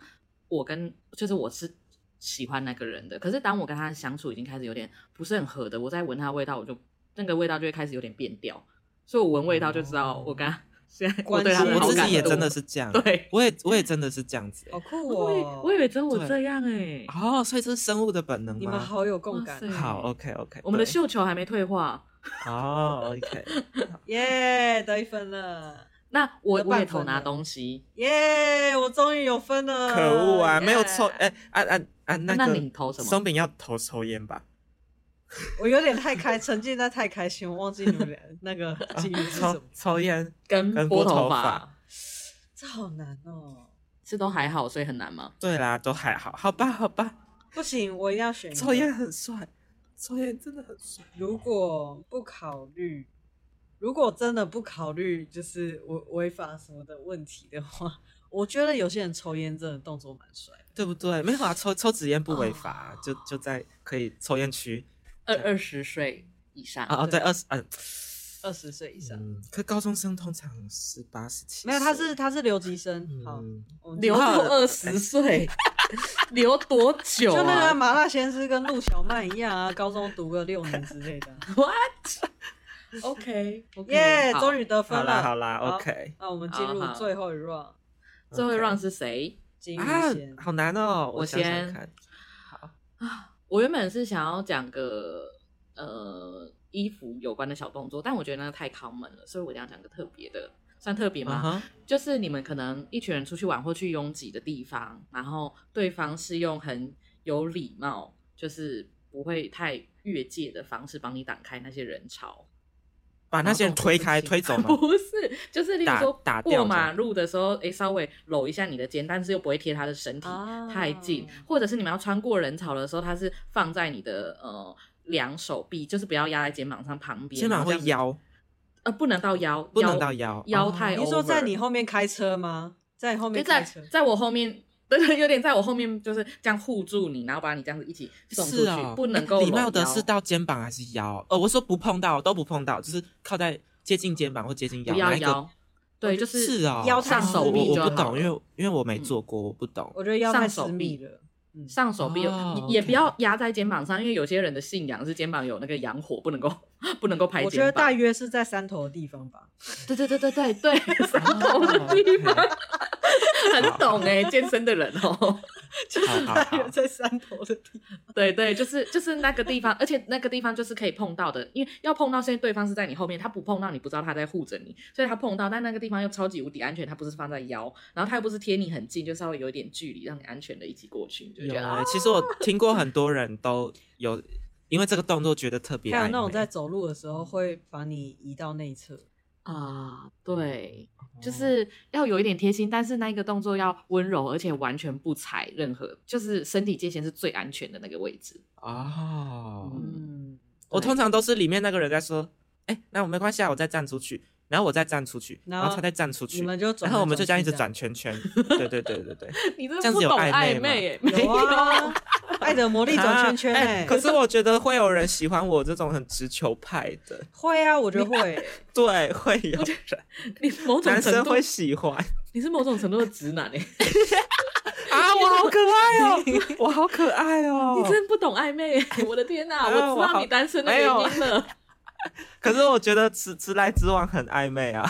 Speaker 3: 我跟就是我是喜欢那个人的，可是当我跟他相处已经开始有点不是很合的，我在闻他的味道，我就那个味道就会开始有点变调，所以我闻味道就知道我跟
Speaker 2: 哦
Speaker 3: 他、现在我对他
Speaker 1: 关系
Speaker 3: 的
Speaker 2: 我
Speaker 3: 好
Speaker 2: 自
Speaker 3: 感
Speaker 2: 己也
Speaker 3: 度
Speaker 1: 哦
Speaker 2: 真的是这样，
Speaker 3: 对。
Speaker 2: 我也我也真的是这样子、欸
Speaker 1: 好酷
Speaker 3: 我以
Speaker 1: 哦！
Speaker 3: 我以为只有我
Speaker 2: 对
Speaker 3: 这样哎、
Speaker 2: 哦，所以这是生物的本能吗？
Speaker 1: 你们好有共
Speaker 3: 哇
Speaker 1: 感
Speaker 3: 塞
Speaker 1: 哦，
Speaker 2: 好，OK OK，
Speaker 3: 我们的绣球还没退化，
Speaker 2: 哦，OK，
Speaker 1: [laughs] 耶，得一分了。
Speaker 3: 那我
Speaker 1: 得
Speaker 3: 我
Speaker 1: 半
Speaker 3: 也偷
Speaker 1: 分
Speaker 3: 拿
Speaker 1: 了
Speaker 3: 东西，
Speaker 1: 耶我终于有分了，
Speaker 2: 可恶啊，没有抽，
Speaker 1: 耶
Speaker 2: 哎，啊啊啊，那
Speaker 3: 那
Speaker 2: 个
Speaker 3: 你投什么
Speaker 2: 松饼要投抽烟吧？
Speaker 1: 我有点太开，沉浸在太开心，我忘记你们俩那个
Speaker 2: 啊
Speaker 1: 境遇是什
Speaker 2: 抽
Speaker 1: 么，
Speaker 2: 抽烟，
Speaker 3: 跟
Speaker 2: 跟拨
Speaker 3: 拨
Speaker 2: 头
Speaker 3: 发
Speaker 2: 发
Speaker 1: 这好难哦。
Speaker 3: 是都还好，所以很难吗？
Speaker 2: 对啦，都还好，好吧好吧，
Speaker 1: 不行，我一定要选一个
Speaker 2: 抽烟。很帅，抽烟真的很帅，
Speaker 1: 如果不考虑，如果真的不考虑就是违违法什么的问题的话，我觉得有些人抽烟真的动作蛮帅的。
Speaker 2: 对不对？没有啊，抽抽纸烟不违法啊，
Speaker 1: 哦
Speaker 2: 就就在可以抽烟区
Speaker 3: 二二十岁以上
Speaker 2: 哦
Speaker 1: 哦
Speaker 2: 啊啊，对，二十嗯，
Speaker 1: 二十岁以上。
Speaker 2: 嗯，可高中生通常十八、十七，
Speaker 1: 没有，他是他是留级生。好，
Speaker 2: 嗯
Speaker 1: 我们
Speaker 3: 留
Speaker 1: 就
Speaker 3: 到二十岁， [laughs] 留多久
Speaker 1: 就那个
Speaker 3: 啊
Speaker 1: 麻辣鲜师跟陆小曼一样啊，高中读个六年之类
Speaker 3: [laughs]
Speaker 1: 的啊。
Speaker 3: 嗯？What？OK，
Speaker 1: 耶，终
Speaker 3: 于
Speaker 1: 于得分
Speaker 2: 好
Speaker 1: 了。
Speaker 2: 啦好啦
Speaker 1: 好
Speaker 2: ，OK，
Speaker 1: 那我们进入
Speaker 3: 好好
Speaker 1: 最后一 round，
Speaker 3: 最后
Speaker 2: OK
Speaker 3: round 是谁？
Speaker 1: 金鱼
Speaker 2: 啊
Speaker 1: 先，。
Speaker 2: 好难哦，
Speaker 3: 我
Speaker 2: 想想
Speaker 3: 先
Speaker 2: 看，
Speaker 3: 啊我原本是想要讲个呃衣服有关的小动作，但我觉得那个太 common 了，所以我一定要讲个特别的，算特别吗
Speaker 2: 嗯哼
Speaker 3: 就是你们可能一群人出去玩或去拥挤的地方，然后对方是用很有礼貌，就是不会太越界的方式帮你挡开那些人潮。
Speaker 2: 把那些人推开、推走吗？
Speaker 3: [laughs] 不是，就是例如
Speaker 2: 打
Speaker 3: 说
Speaker 2: 打掉
Speaker 3: 过
Speaker 2: 这
Speaker 3: 马
Speaker 2: 样
Speaker 3: 路的时候，哎、稍微搂一下你的肩，但是又不会贴他的身体
Speaker 1: 啊
Speaker 3: 太近，或者是你们要穿过人潮的时候，他是放在你的呃两手臂，就是不要压在肩膀上旁边，
Speaker 2: 肩膀会
Speaker 3: 然后这样子，
Speaker 2: 腰，
Speaker 3: 呃，不能到腰，
Speaker 2: 不能到腰，
Speaker 3: 腰
Speaker 2: 哦
Speaker 3: 太
Speaker 1: 你是说
Speaker 3: over
Speaker 1: 在你后面开车吗？在你后
Speaker 3: 就
Speaker 1: 面开
Speaker 3: 在
Speaker 1: 车，
Speaker 3: 在我后面，对对，有点在我后面，就是这样护住你，然后把你这样子一起送出
Speaker 2: 是
Speaker 3: 去，
Speaker 2: 哦，
Speaker 3: 不能
Speaker 2: 哎
Speaker 3: 够
Speaker 2: 礼
Speaker 3: 搂
Speaker 2: 貌的
Speaker 3: 腰
Speaker 2: 是到肩膀还是腰？呃，我说不碰到，都不碰到，就是靠在接近肩膀或接近腰，
Speaker 3: 不要
Speaker 2: 哪一个
Speaker 3: 腰，对，就是
Speaker 2: 哦，
Speaker 1: 腰
Speaker 3: 上手
Speaker 2: 我
Speaker 3: 臂
Speaker 2: 我
Speaker 3: 就
Speaker 2: 不
Speaker 3: 好
Speaker 2: 懂，
Speaker 3: 了嗯
Speaker 2: 因为因为我没做过，我不懂。
Speaker 1: 我觉得要
Speaker 3: 上
Speaker 1: 太私
Speaker 3: 手
Speaker 1: 密
Speaker 3: 臂
Speaker 1: 了。嗯
Speaker 3: 上手臂，
Speaker 2: 哦
Speaker 3: 也也
Speaker 2: OK
Speaker 3: 不要压在肩膀上，因为有些人的信仰是肩膀有那个阳火，不能够不能够排
Speaker 1: 我觉
Speaker 3: 肩
Speaker 1: 得大
Speaker 3: 膀。
Speaker 1: 约是在山头的地方吧。
Speaker 3: 对对对对对对，上头的地方很懂哎、健身的人哦。
Speaker 2: 好
Speaker 1: [laughs]
Speaker 2: 好
Speaker 3: [laughs]
Speaker 1: 大
Speaker 2: 好
Speaker 1: 约，在山头的地方。
Speaker 3: 对对，就是就是那个地方，而且那个地方就是可以碰到的，因为要碰到，现在对方是在你后面，他不碰到你，不知道他在护着你，所以他碰到，但那个地方又超级无敌安全，他不是放在腰，然后他又不是贴你很近，就稍微有一点距离，让你安全的一起过去，你就
Speaker 2: 有
Speaker 3: 觉得啊
Speaker 2: 欸其实我听过很多人都有因为这个动作觉得特别
Speaker 1: 还有
Speaker 2: 暧
Speaker 1: 那种
Speaker 2: 昧
Speaker 1: 在，走路的时候会把你移到内侧，
Speaker 3: 啊，对，
Speaker 2: 哦
Speaker 3: 就是要有一点贴心，但是那一个动作要温柔，而且完全不踩任何，就是身体界限是最安全的那个位置。 [laughs]
Speaker 2: 哦。
Speaker 1: 嗯，
Speaker 2: 我通常都是里面那个人在说，哎，那我没关系啊，我再站出去，然后我再站出去，
Speaker 1: 然
Speaker 2: 然
Speaker 1: 后
Speaker 2: 后他再站出
Speaker 1: 你
Speaker 2: 去，
Speaker 1: 们就转
Speaker 2: 然
Speaker 1: 来
Speaker 2: 后我们就这样一直
Speaker 1: 转
Speaker 2: 转圈圈。对对对对
Speaker 1: [laughs]
Speaker 2: 对，
Speaker 3: 你真
Speaker 2: 这
Speaker 3: 的
Speaker 2: 样
Speaker 3: 不
Speaker 2: 子有
Speaker 3: 懂
Speaker 2: 暧昧
Speaker 3: 暧
Speaker 2: 吗
Speaker 3: 昧耶，
Speaker 1: 去这样，有啊， [laughs] 爱的魔力转圈圈
Speaker 2: 啊
Speaker 1: 哎、
Speaker 2: 哎可是我觉得会有人喜欢我这种很直球派的，
Speaker 1: 会啊，我觉得
Speaker 2: [laughs]
Speaker 1: 会，
Speaker 2: 对，会有人，
Speaker 3: [laughs] 你某种
Speaker 2: 男
Speaker 3: 程
Speaker 2: 生
Speaker 3: 度
Speaker 2: 会，喜欢啊，
Speaker 3: 你是某种程度的直男哎，你
Speaker 2: 我好可
Speaker 1: [laughs]
Speaker 2: 爱哦，我好可爱哦，
Speaker 3: 真的不懂
Speaker 2: [laughs]
Speaker 3: 暧昧耶，我的天哪，
Speaker 2: 啊
Speaker 3: 我知
Speaker 2: 我
Speaker 3: 道
Speaker 2: 好
Speaker 3: 你单身的
Speaker 2: 没
Speaker 3: 原
Speaker 2: 有
Speaker 3: 因了。
Speaker 2: 可是我觉得直直来直往很暧昧
Speaker 1: [laughs]
Speaker 2: 啊，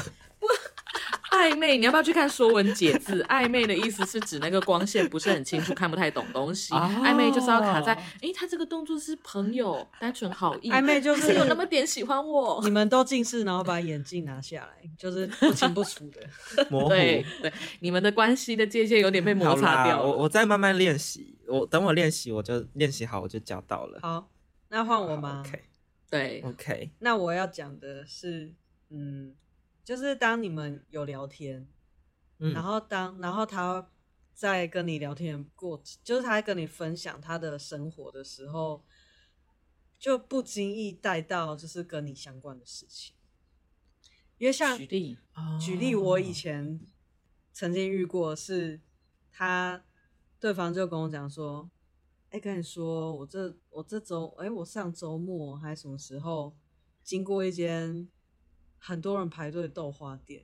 Speaker 3: 暧昧，你要不要去看《说文解字》？ [laughs] 暧昧的意思是指那个光线不是
Speaker 2: [laughs]
Speaker 3: 很清楚，看不太懂东西。
Speaker 2: 哦
Speaker 3: 暧昧就是要卡在，诶，他这个动作是朋友，单纯好意。
Speaker 1: 暧昧就
Speaker 3: 还
Speaker 1: 是
Speaker 3: 是有那么点喜欢我
Speaker 2: [laughs]
Speaker 1: 你。们都近视，然后把眼镜拿下来，就是不清不楚
Speaker 2: [laughs]
Speaker 1: 的。
Speaker 2: 模糊。
Speaker 3: 对对，你们的关系的界限有点被摩
Speaker 2: 好
Speaker 3: 擦
Speaker 2: 啦，
Speaker 3: 掉
Speaker 2: 我
Speaker 3: 了。
Speaker 2: 我再慢慢练习，我等我练习，我就练习好，我就教到了。
Speaker 1: 好，那换我吗？啊
Speaker 2: ？OK
Speaker 3: 对，
Speaker 2: OK，
Speaker 1: 那我要讲的是，嗯，就是当你们有聊天，
Speaker 2: 嗯，
Speaker 1: 然后当然后他在跟你聊天过，就是他在跟你分享他的生活的时候，就不经意带到就是跟你相关的事情，因为像
Speaker 3: 举例，
Speaker 1: 举例，我
Speaker 3: 哦
Speaker 1: 以前曾经遇过是，他对方就跟我讲说，哎、跟你说，我这我这周，哎、我上周末还是什么时候，经过一间很多人排队的豆花店，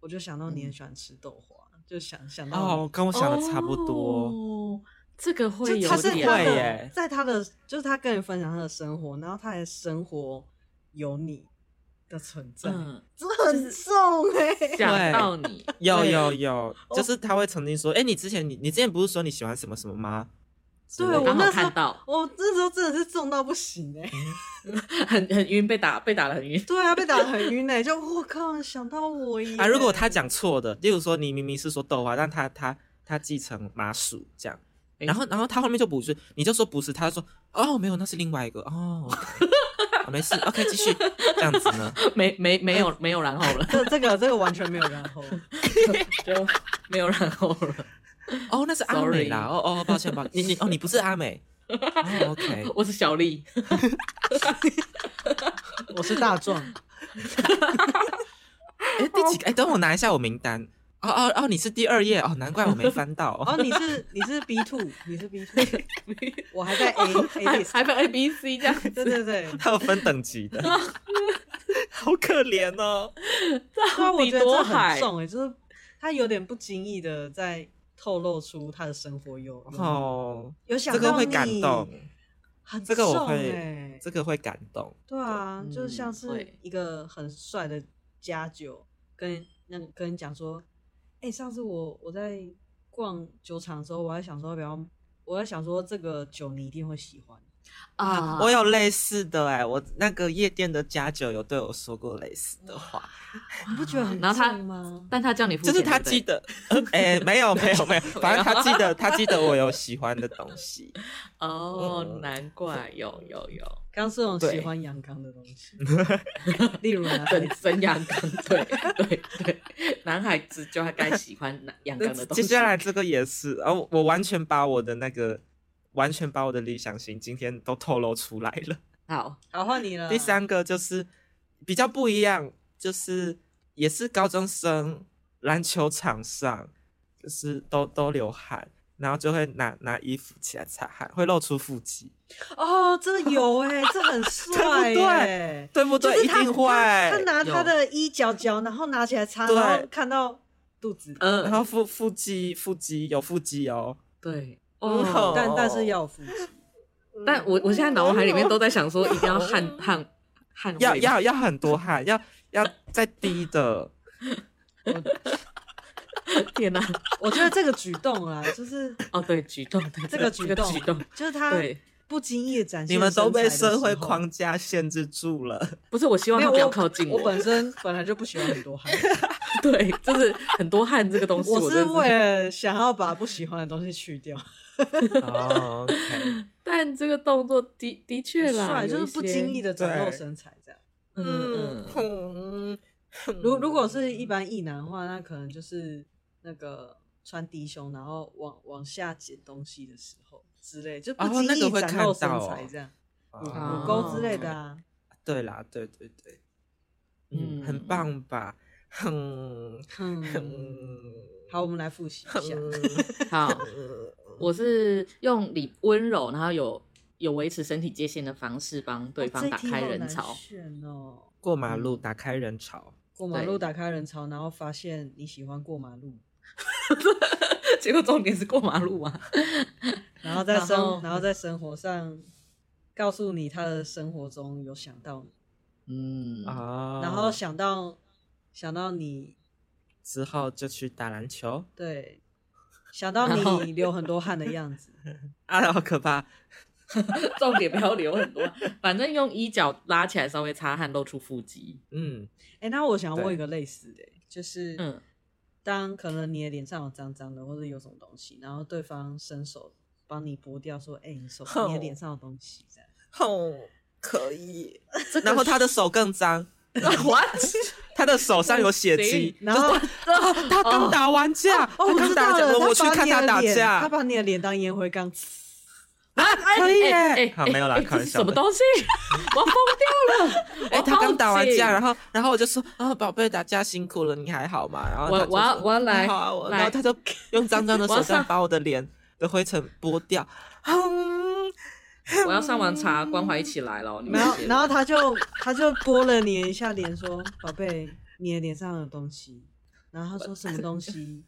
Speaker 1: 我就想到
Speaker 3: 嗯
Speaker 1: 你很喜欢吃豆花，就想想到
Speaker 2: 哦，
Speaker 1: 你。
Speaker 2: 跟我想的差不多，
Speaker 3: 哦。这个会
Speaker 1: 就
Speaker 3: 有
Speaker 1: 他是
Speaker 3: 点
Speaker 1: 他
Speaker 2: 会耶
Speaker 1: 的，在他的就是他跟你分享他的生活，然后他的生活有你的存在，
Speaker 3: 嗯，
Speaker 1: 这很重哎、
Speaker 3: 想到你，
Speaker 2: [laughs] 有
Speaker 1: 对哦
Speaker 2: 有有，就是他会曾经说，哎，你之前你你之前不是说你喜欢什么什么吗？之
Speaker 1: 对
Speaker 2: 类的
Speaker 1: 我
Speaker 3: 刚好
Speaker 1: 那时候
Speaker 3: 看到，
Speaker 1: 我那时候真的是重到不行哎、
Speaker 3: 很很晕，被打被打的很
Speaker 1: [laughs]
Speaker 3: 晕。
Speaker 1: 对啊，被打得很晕哎、就我靠，想到我耶！
Speaker 2: 啊，如果他讲错的，例如说你明明是说豆花，但他他他继承麻薯这样，
Speaker 3: 诶
Speaker 2: 然后然后他后面就不是，你就说不是，他就说哦没有，那是另外一个哦
Speaker 1: [laughs]
Speaker 2: ，OK，好没事，OK 继续这样子呢，
Speaker 3: [laughs] 没没没有没有然后
Speaker 1: [laughs]
Speaker 3: 了，
Speaker 1: 这这个这个完全没有然后，
Speaker 3: 就没有然后了。
Speaker 2: 哦那是阿美啦，哦哦抱歉抱歉，你你哦你不是
Speaker 1: [laughs]
Speaker 2: 阿美，哦 OK，
Speaker 3: 我是小丽，
Speaker 1: 我是大
Speaker 2: [laughs]
Speaker 1: 壮，
Speaker 2: 哎第几个哎等我拿一下我名单，哦哦哦你是第二页哦，难怪我没翻到，
Speaker 1: 然哦后你是你是 B two，你是 B
Speaker 2: [laughs]
Speaker 1: two，我还在 A A
Speaker 3: 还
Speaker 1: list，
Speaker 3: 还分 A B C 这样
Speaker 1: 对 [laughs]
Speaker 3: 子。
Speaker 1: 对对，
Speaker 2: 它有分等级的，好可怜哦。
Speaker 1: 啊我
Speaker 3: 底
Speaker 1: 觉得这
Speaker 3: 多
Speaker 1: 很
Speaker 3: 海？
Speaker 1: 重哎、就是他有点不经意的在透露出他的生活有
Speaker 3: 嗯
Speaker 2: 哦，
Speaker 1: 有想
Speaker 2: 这个
Speaker 1: 到
Speaker 2: 会感
Speaker 1: 你
Speaker 2: 动，，
Speaker 1: 很
Speaker 2: 这个我
Speaker 1: 重
Speaker 2: 会
Speaker 1: 欸
Speaker 2: 这个会感动。
Speaker 1: 对啊，就是
Speaker 3: 嗯
Speaker 1: 像是
Speaker 3: 会
Speaker 1: 一个很帅的家酒，跟那个跟你讲说，哎、上次我我在逛酒厂的时候，我还想说要不要，我在想说这个酒你一定会喜欢，
Speaker 3: 啊，
Speaker 2: 我有类似的哎、我那个夜店的家酒有对我说过类似的话，
Speaker 1: 你不觉得很
Speaker 3: 然后他
Speaker 1: 重吗？
Speaker 3: 但他叫你付
Speaker 2: 就
Speaker 3: 钱，
Speaker 2: 是他
Speaker 3: 对不对
Speaker 2: 记得， [laughs] 哎、没有没有没有，反正他记得他记得我有喜欢的东
Speaker 3: [laughs]
Speaker 2: 西，
Speaker 3: 哦
Speaker 2: 嗯，
Speaker 3: 难怪有有有，
Speaker 1: 刚是种
Speaker 2: 对
Speaker 1: 喜欢阳刚的东
Speaker 2: [laughs]
Speaker 1: 西，例如男孩
Speaker 3: 真真阳刚，对对对，男孩子就该喜欢男阳刚的东
Speaker 2: 接
Speaker 3: 西。
Speaker 2: 下来这个也是，然、后我完全把我的那个，完全把我的理想型今天都透露出来了。
Speaker 3: 好，
Speaker 1: 好换你了，
Speaker 2: 第三个就是比较不一样，就是也是高中生，篮球场上就是都都流汗，然后就会拿拿衣服起来擦汗，会露出腹肌，
Speaker 1: 哦，这个有哎、这很帅
Speaker 2: [laughs] 对
Speaker 1: 哎、
Speaker 2: 对不对？
Speaker 1: 就是
Speaker 2: 一
Speaker 1: 他
Speaker 2: 定会。
Speaker 1: 他他拿他
Speaker 3: 有
Speaker 1: 的衣角角，然后拿起来擦，
Speaker 2: 对
Speaker 1: 然后看到肚子，
Speaker 2: 然
Speaker 3: 嗯，
Speaker 2: 后腹腹肌腹肌有腹肌哦，
Speaker 3: 对，
Speaker 2: 哦
Speaker 1: 但但是要有腹肌。
Speaker 3: 但我我现在脑海里面都在想说，一定要汗汗汗味
Speaker 2: 要
Speaker 3: 嘛
Speaker 2: 要要很多汗，要 [laughs] 要再低的，
Speaker 3: 天哪！ [laughs]
Speaker 1: 我觉得这个举动啊，就是
Speaker 3: 哦，对，举动，对
Speaker 1: 这个
Speaker 3: 举
Speaker 1: 举动，
Speaker 3: 举动，
Speaker 1: 就是他
Speaker 3: 对，
Speaker 1: 不经意的展现。
Speaker 2: 你们都被社会，框架限制住了。
Speaker 3: 不是我希望
Speaker 1: 没
Speaker 3: 他
Speaker 1: 有
Speaker 3: 不要
Speaker 1: 我
Speaker 3: 靠近
Speaker 1: 我本身本来就不喜欢很多汗，
Speaker 3: 对，就是很多汗这个东西，
Speaker 1: 我
Speaker 3: 我
Speaker 1: 是
Speaker 3: 真的
Speaker 1: 为了想要把不喜欢的东西去掉。
Speaker 2: 哦，OK
Speaker 3: 但这个动作的的确啦，
Speaker 1: 帅，就是不经意
Speaker 3: 的，
Speaker 1: 的展露
Speaker 2: 对
Speaker 1: 身材这样。
Speaker 3: 嗯嗯，
Speaker 2: 嗯，
Speaker 1: 如如果是一般异男的话，那可能就是那个穿低胸，然后往往下捡东西的时候之类，就不
Speaker 2: 哦
Speaker 1: 经
Speaker 2: 那个
Speaker 1: 意
Speaker 2: 会
Speaker 1: 展
Speaker 2: 看
Speaker 1: 露身
Speaker 2: 到哦
Speaker 1: 材这样，乳
Speaker 2: 啊
Speaker 1: 乳沟之类的
Speaker 3: 哦
Speaker 1: 啊。
Speaker 2: 对啦，对对对，嗯，
Speaker 3: 嗯
Speaker 2: 很棒吧？哼
Speaker 1: 嗯，
Speaker 2: 哼
Speaker 1: 好，我们来复习
Speaker 2: [laughs]
Speaker 1: 一下。嗯
Speaker 3: 好，我是用礼温柔，然后有有维持身体界限的方式帮对
Speaker 1: 哦
Speaker 3: 方打开人潮。
Speaker 1: 这一题好难选哦，
Speaker 2: 过马路打开人潮，
Speaker 1: 过马路
Speaker 3: 对
Speaker 1: 打开人潮，然后发现你喜欢过马路，
Speaker 3: 结果重点是过马
Speaker 1: [laughs]
Speaker 3: 路啊，
Speaker 1: 然后在
Speaker 3: 然后
Speaker 1: 生，然后在生活上告诉你他的生活中有想到你，
Speaker 3: 嗯啊，
Speaker 2: 哦，
Speaker 1: 然后想到想到你，
Speaker 2: 之后就去打篮球
Speaker 1: 对，想到
Speaker 3: 然后
Speaker 1: 你流很多汗的样子，
Speaker 2: 啊，好可怕！
Speaker 3: [laughs] 重点不要留很多，啊反正用衣角拉起来稍微擦汗，露出腹肌。
Speaker 2: 嗯，
Speaker 1: 哎，那我想问
Speaker 2: 对
Speaker 1: 一个类似的，就是
Speaker 3: 嗯，
Speaker 1: 当可能你的脸上有脏脏的，或者有什么东西，然后对方伸手帮你拨掉，说：“哎、你手
Speaker 2: 哼
Speaker 1: 你
Speaker 3: 哦
Speaker 1: 的脸上有东西。”这样，
Speaker 2: 哼，可以。然后他的手更
Speaker 1: [laughs]
Speaker 2: 脏，
Speaker 3: 我
Speaker 2: [laughs] 他的手上有血迹。
Speaker 1: 然后
Speaker 2: 啊，他刚打完架，
Speaker 1: 哦，
Speaker 2: 他
Speaker 1: 我
Speaker 2: 刚
Speaker 1: 知
Speaker 2: 打
Speaker 1: 道
Speaker 2: 完架，
Speaker 1: 了，
Speaker 2: 我我去
Speaker 1: 他把
Speaker 2: 看
Speaker 1: 你的
Speaker 2: 打
Speaker 1: 脸
Speaker 2: 架，啊
Speaker 1: 他把啊你的脸当烟灰缸。
Speaker 2: 可以耶
Speaker 3: 哎哎
Speaker 2: 好没有啦
Speaker 3: 哎
Speaker 2: 开玩
Speaker 3: 这是
Speaker 2: 笑
Speaker 3: 什么
Speaker 2: 的
Speaker 3: 东西？ [laughs] 我疯掉了！ [laughs]
Speaker 2: 哎、
Speaker 3: 我
Speaker 2: 他刚打完
Speaker 3: 报警
Speaker 2: 架，然后然后我就说啊，宝贝，打架辛苦了，你还好吗？然后
Speaker 3: 我
Speaker 2: 他就
Speaker 3: 我要
Speaker 2: 说
Speaker 3: 我要来
Speaker 2: 还好啊，我
Speaker 3: 来
Speaker 2: 然后他就用脏脏的
Speaker 3: 我
Speaker 2: 手
Speaker 3: 要上
Speaker 2: 段把我的脸的灰尘拨掉。嗯，
Speaker 3: 我要上网查关怀起来了，你们
Speaker 1: 然后 [laughs]
Speaker 3: 这，些
Speaker 1: 然后他就他就拨了你一下脸，说：“宝贝，你的脸上有东西。”然后他说：“什么东西？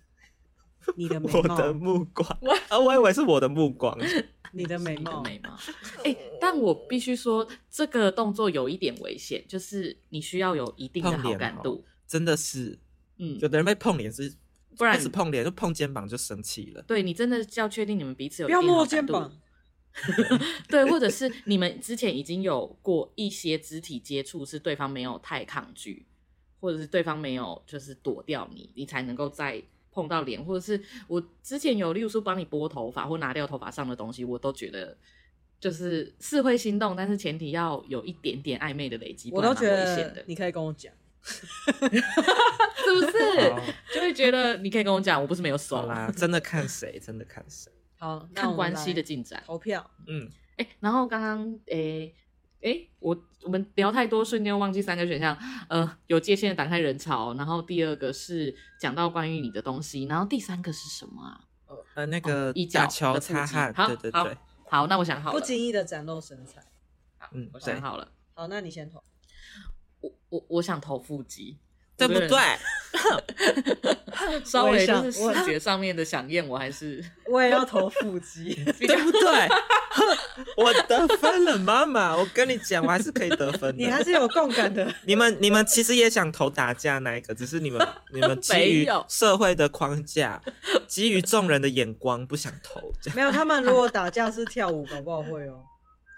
Speaker 1: 你的眉
Speaker 2: 我
Speaker 1: 毛，
Speaker 2: 的目光，啊，我以为是我的目光，
Speaker 1: 你的眉
Speaker 3: 你的
Speaker 1: 毛。
Speaker 3: 眉毛。
Speaker 1: 嗯
Speaker 3: 哎、但我必须说，这个动作有一点危险，就是你需要有一定的
Speaker 2: 碰
Speaker 3: 好
Speaker 2: 脸
Speaker 3: 感
Speaker 2: 哦
Speaker 3: 度，
Speaker 2: [laughs] 真的是，
Speaker 3: 嗯，
Speaker 2: 有的人被碰脸是，
Speaker 3: 不然
Speaker 2: 不是碰脸就碰肩膀就生气了。
Speaker 3: 对你真的要确定你们彼此”有
Speaker 1: 不
Speaker 3: 一
Speaker 1: 要
Speaker 3: 定
Speaker 1: 摸
Speaker 3: 好
Speaker 1: 我肩
Speaker 3: 感度
Speaker 1: 膀，， [laughs]
Speaker 3: 对，或者是你们之前已经有过一些肢体接触，是对方没有太抗拒，或者是对方没有就是躲掉你，你才能够再碰到脸，或者是我之前有，例如说帮你拨头发或拿掉头发上的东西，我都觉得就是是会心动，但是前提要有一点点暧昧的累积，
Speaker 1: 我
Speaker 3: 不然
Speaker 1: 都觉
Speaker 3: 蛮危险
Speaker 1: 得
Speaker 3: 的，
Speaker 1: 你可以跟我讲。
Speaker 3: [laughs] 是不
Speaker 2: 好
Speaker 3: 是？就会觉得你可以跟我讲，我不是没有手
Speaker 2: 好啦，真的看谁，真的看谁。
Speaker 1: 好，那
Speaker 3: 看
Speaker 1: 我们
Speaker 3: 关系
Speaker 1: 来
Speaker 3: 的进展。
Speaker 1: 投票。
Speaker 2: 嗯，
Speaker 3: 哎、然后刚刚诶诶，我我们聊太多，瞬间忘记三个选项。呃，有界限的打开人潮，然后第二个是讲到关于你的东西，然后第三个是什么啊？
Speaker 2: 呃，那个
Speaker 3: 一
Speaker 2: 打
Speaker 3: 角
Speaker 2: 球
Speaker 3: 的腹
Speaker 2: 擦
Speaker 3: 肌
Speaker 2: 汗，
Speaker 3: 好
Speaker 2: 对对
Speaker 3: 好
Speaker 2: 对，
Speaker 3: 好，那我想好了，
Speaker 1: 不经意的展露身材。
Speaker 3: 好
Speaker 2: 嗯
Speaker 3: 我
Speaker 2: 对
Speaker 3: 想好了。
Speaker 1: 好，那你先投。
Speaker 3: 我我我想投腹肌，
Speaker 2: 对不
Speaker 3: 我个人
Speaker 2: 对？？
Speaker 3: 稍
Speaker 1: 我也
Speaker 3: 微
Speaker 1: 想
Speaker 3: 就是视
Speaker 1: 我
Speaker 3: 觉上面的响应，我
Speaker 2: [laughs]
Speaker 3: 还是
Speaker 1: 我也要投腹肌。 [laughs]
Speaker 3: 比较
Speaker 2: 对不对？ [laughs] 我得分了，妈妈！我跟你讲，我还是可以得分
Speaker 1: 你还
Speaker 2: 的。
Speaker 1: 是有共感的，
Speaker 2: 你们你们其实也想投打架那一个，只是
Speaker 3: [laughs]
Speaker 2: 你们你们基
Speaker 3: 没
Speaker 2: 于
Speaker 3: 有
Speaker 2: 社会的框架，基于众人的眼光，不想投这样。
Speaker 1: [laughs] 没有他们如果打架是跳舞，搞不好会哦。 [laughs] 啊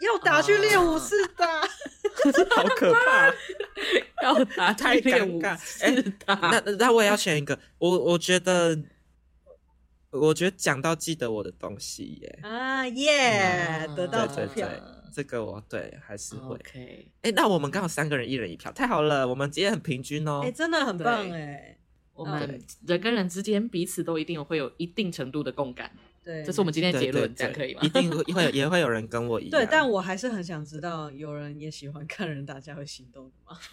Speaker 1: 要打去练武是打，
Speaker 2: 好可
Speaker 3: [laughs]
Speaker 2: 怕！
Speaker 3: 要打
Speaker 2: 太
Speaker 3: 太练
Speaker 2: 尴
Speaker 3: 舞
Speaker 2: 尬哎
Speaker 3: 是打
Speaker 2: 那那我也要选一个，我我觉得，我觉得讲到记得我的东西耶，
Speaker 1: 啊耶，
Speaker 3: 嗯
Speaker 1: 得到
Speaker 2: 对
Speaker 1: 投
Speaker 2: 对
Speaker 1: 票
Speaker 2: 对，这个我对还是会。
Speaker 3: 哦 OK，
Speaker 2: 哎、那我们刚好三个人一人一票，太好了，我们今天很平均哦。
Speaker 1: 哎，真的很棒
Speaker 3: 对
Speaker 1: 哎，
Speaker 3: 我
Speaker 2: 对
Speaker 3: 们人跟人之间彼此都一定会有一定程度的共感，
Speaker 1: 对，
Speaker 3: 这是我们今天的
Speaker 2: 对
Speaker 3: 结
Speaker 2: 对
Speaker 3: 论，这样
Speaker 2: 对
Speaker 3: 可以吗
Speaker 2: 一？定会会也会有人跟我一样。
Speaker 1: 对，但我还是很想知道，有人也喜欢看人打架会行动的吗？
Speaker 3: [laughs]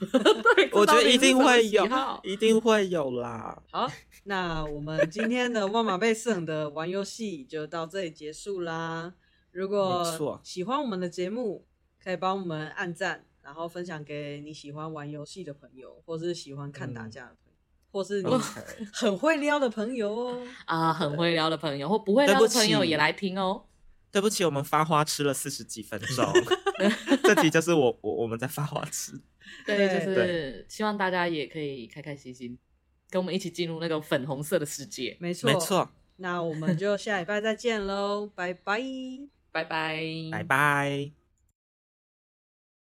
Speaker 3: 对
Speaker 2: 我觉
Speaker 3: 到
Speaker 2: 得
Speaker 3: 底
Speaker 2: 一
Speaker 3: 是
Speaker 2: 定
Speaker 3: 什么
Speaker 2: 会
Speaker 3: 喜
Speaker 2: 有 [laughs]
Speaker 3: 好，
Speaker 2: 一定会有
Speaker 1: [laughs]
Speaker 2: 啦。
Speaker 3: 好，
Speaker 1: [laughs] 那我们今天的万马贝胜的玩游戏就到这里结束啦。如
Speaker 2: 没
Speaker 1: 果
Speaker 2: 错
Speaker 1: 喜欢我们的节目，可以帮我们按赞，然后分享给你喜欢玩游戏的朋友，或是喜欢看打架的朋友，或是
Speaker 2: 哦
Speaker 1: 你
Speaker 2: OK，
Speaker 1: 很会撩的朋友哦。
Speaker 3: 啊，很会聊的朋友或不会
Speaker 2: 对
Speaker 3: 聊
Speaker 2: 不
Speaker 3: 的朋友
Speaker 2: 起
Speaker 3: 也来听哦。
Speaker 2: [laughs] 对不起，我们发花痴了四十几分
Speaker 1: [laughs]
Speaker 2: 钟，这集就是我我我们在发花痴。
Speaker 3: 对，就
Speaker 1: 对
Speaker 3: 是希望大家也可以开开心心，跟我们一起进入那个粉红色的世界。
Speaker 1: 没错，
Speaker 2: 没。错，
Speaker 1: 那我们就下礼拜再见喽，拜拜。
Speaker 3: 拜拜，
Speaker 2: 拜拜。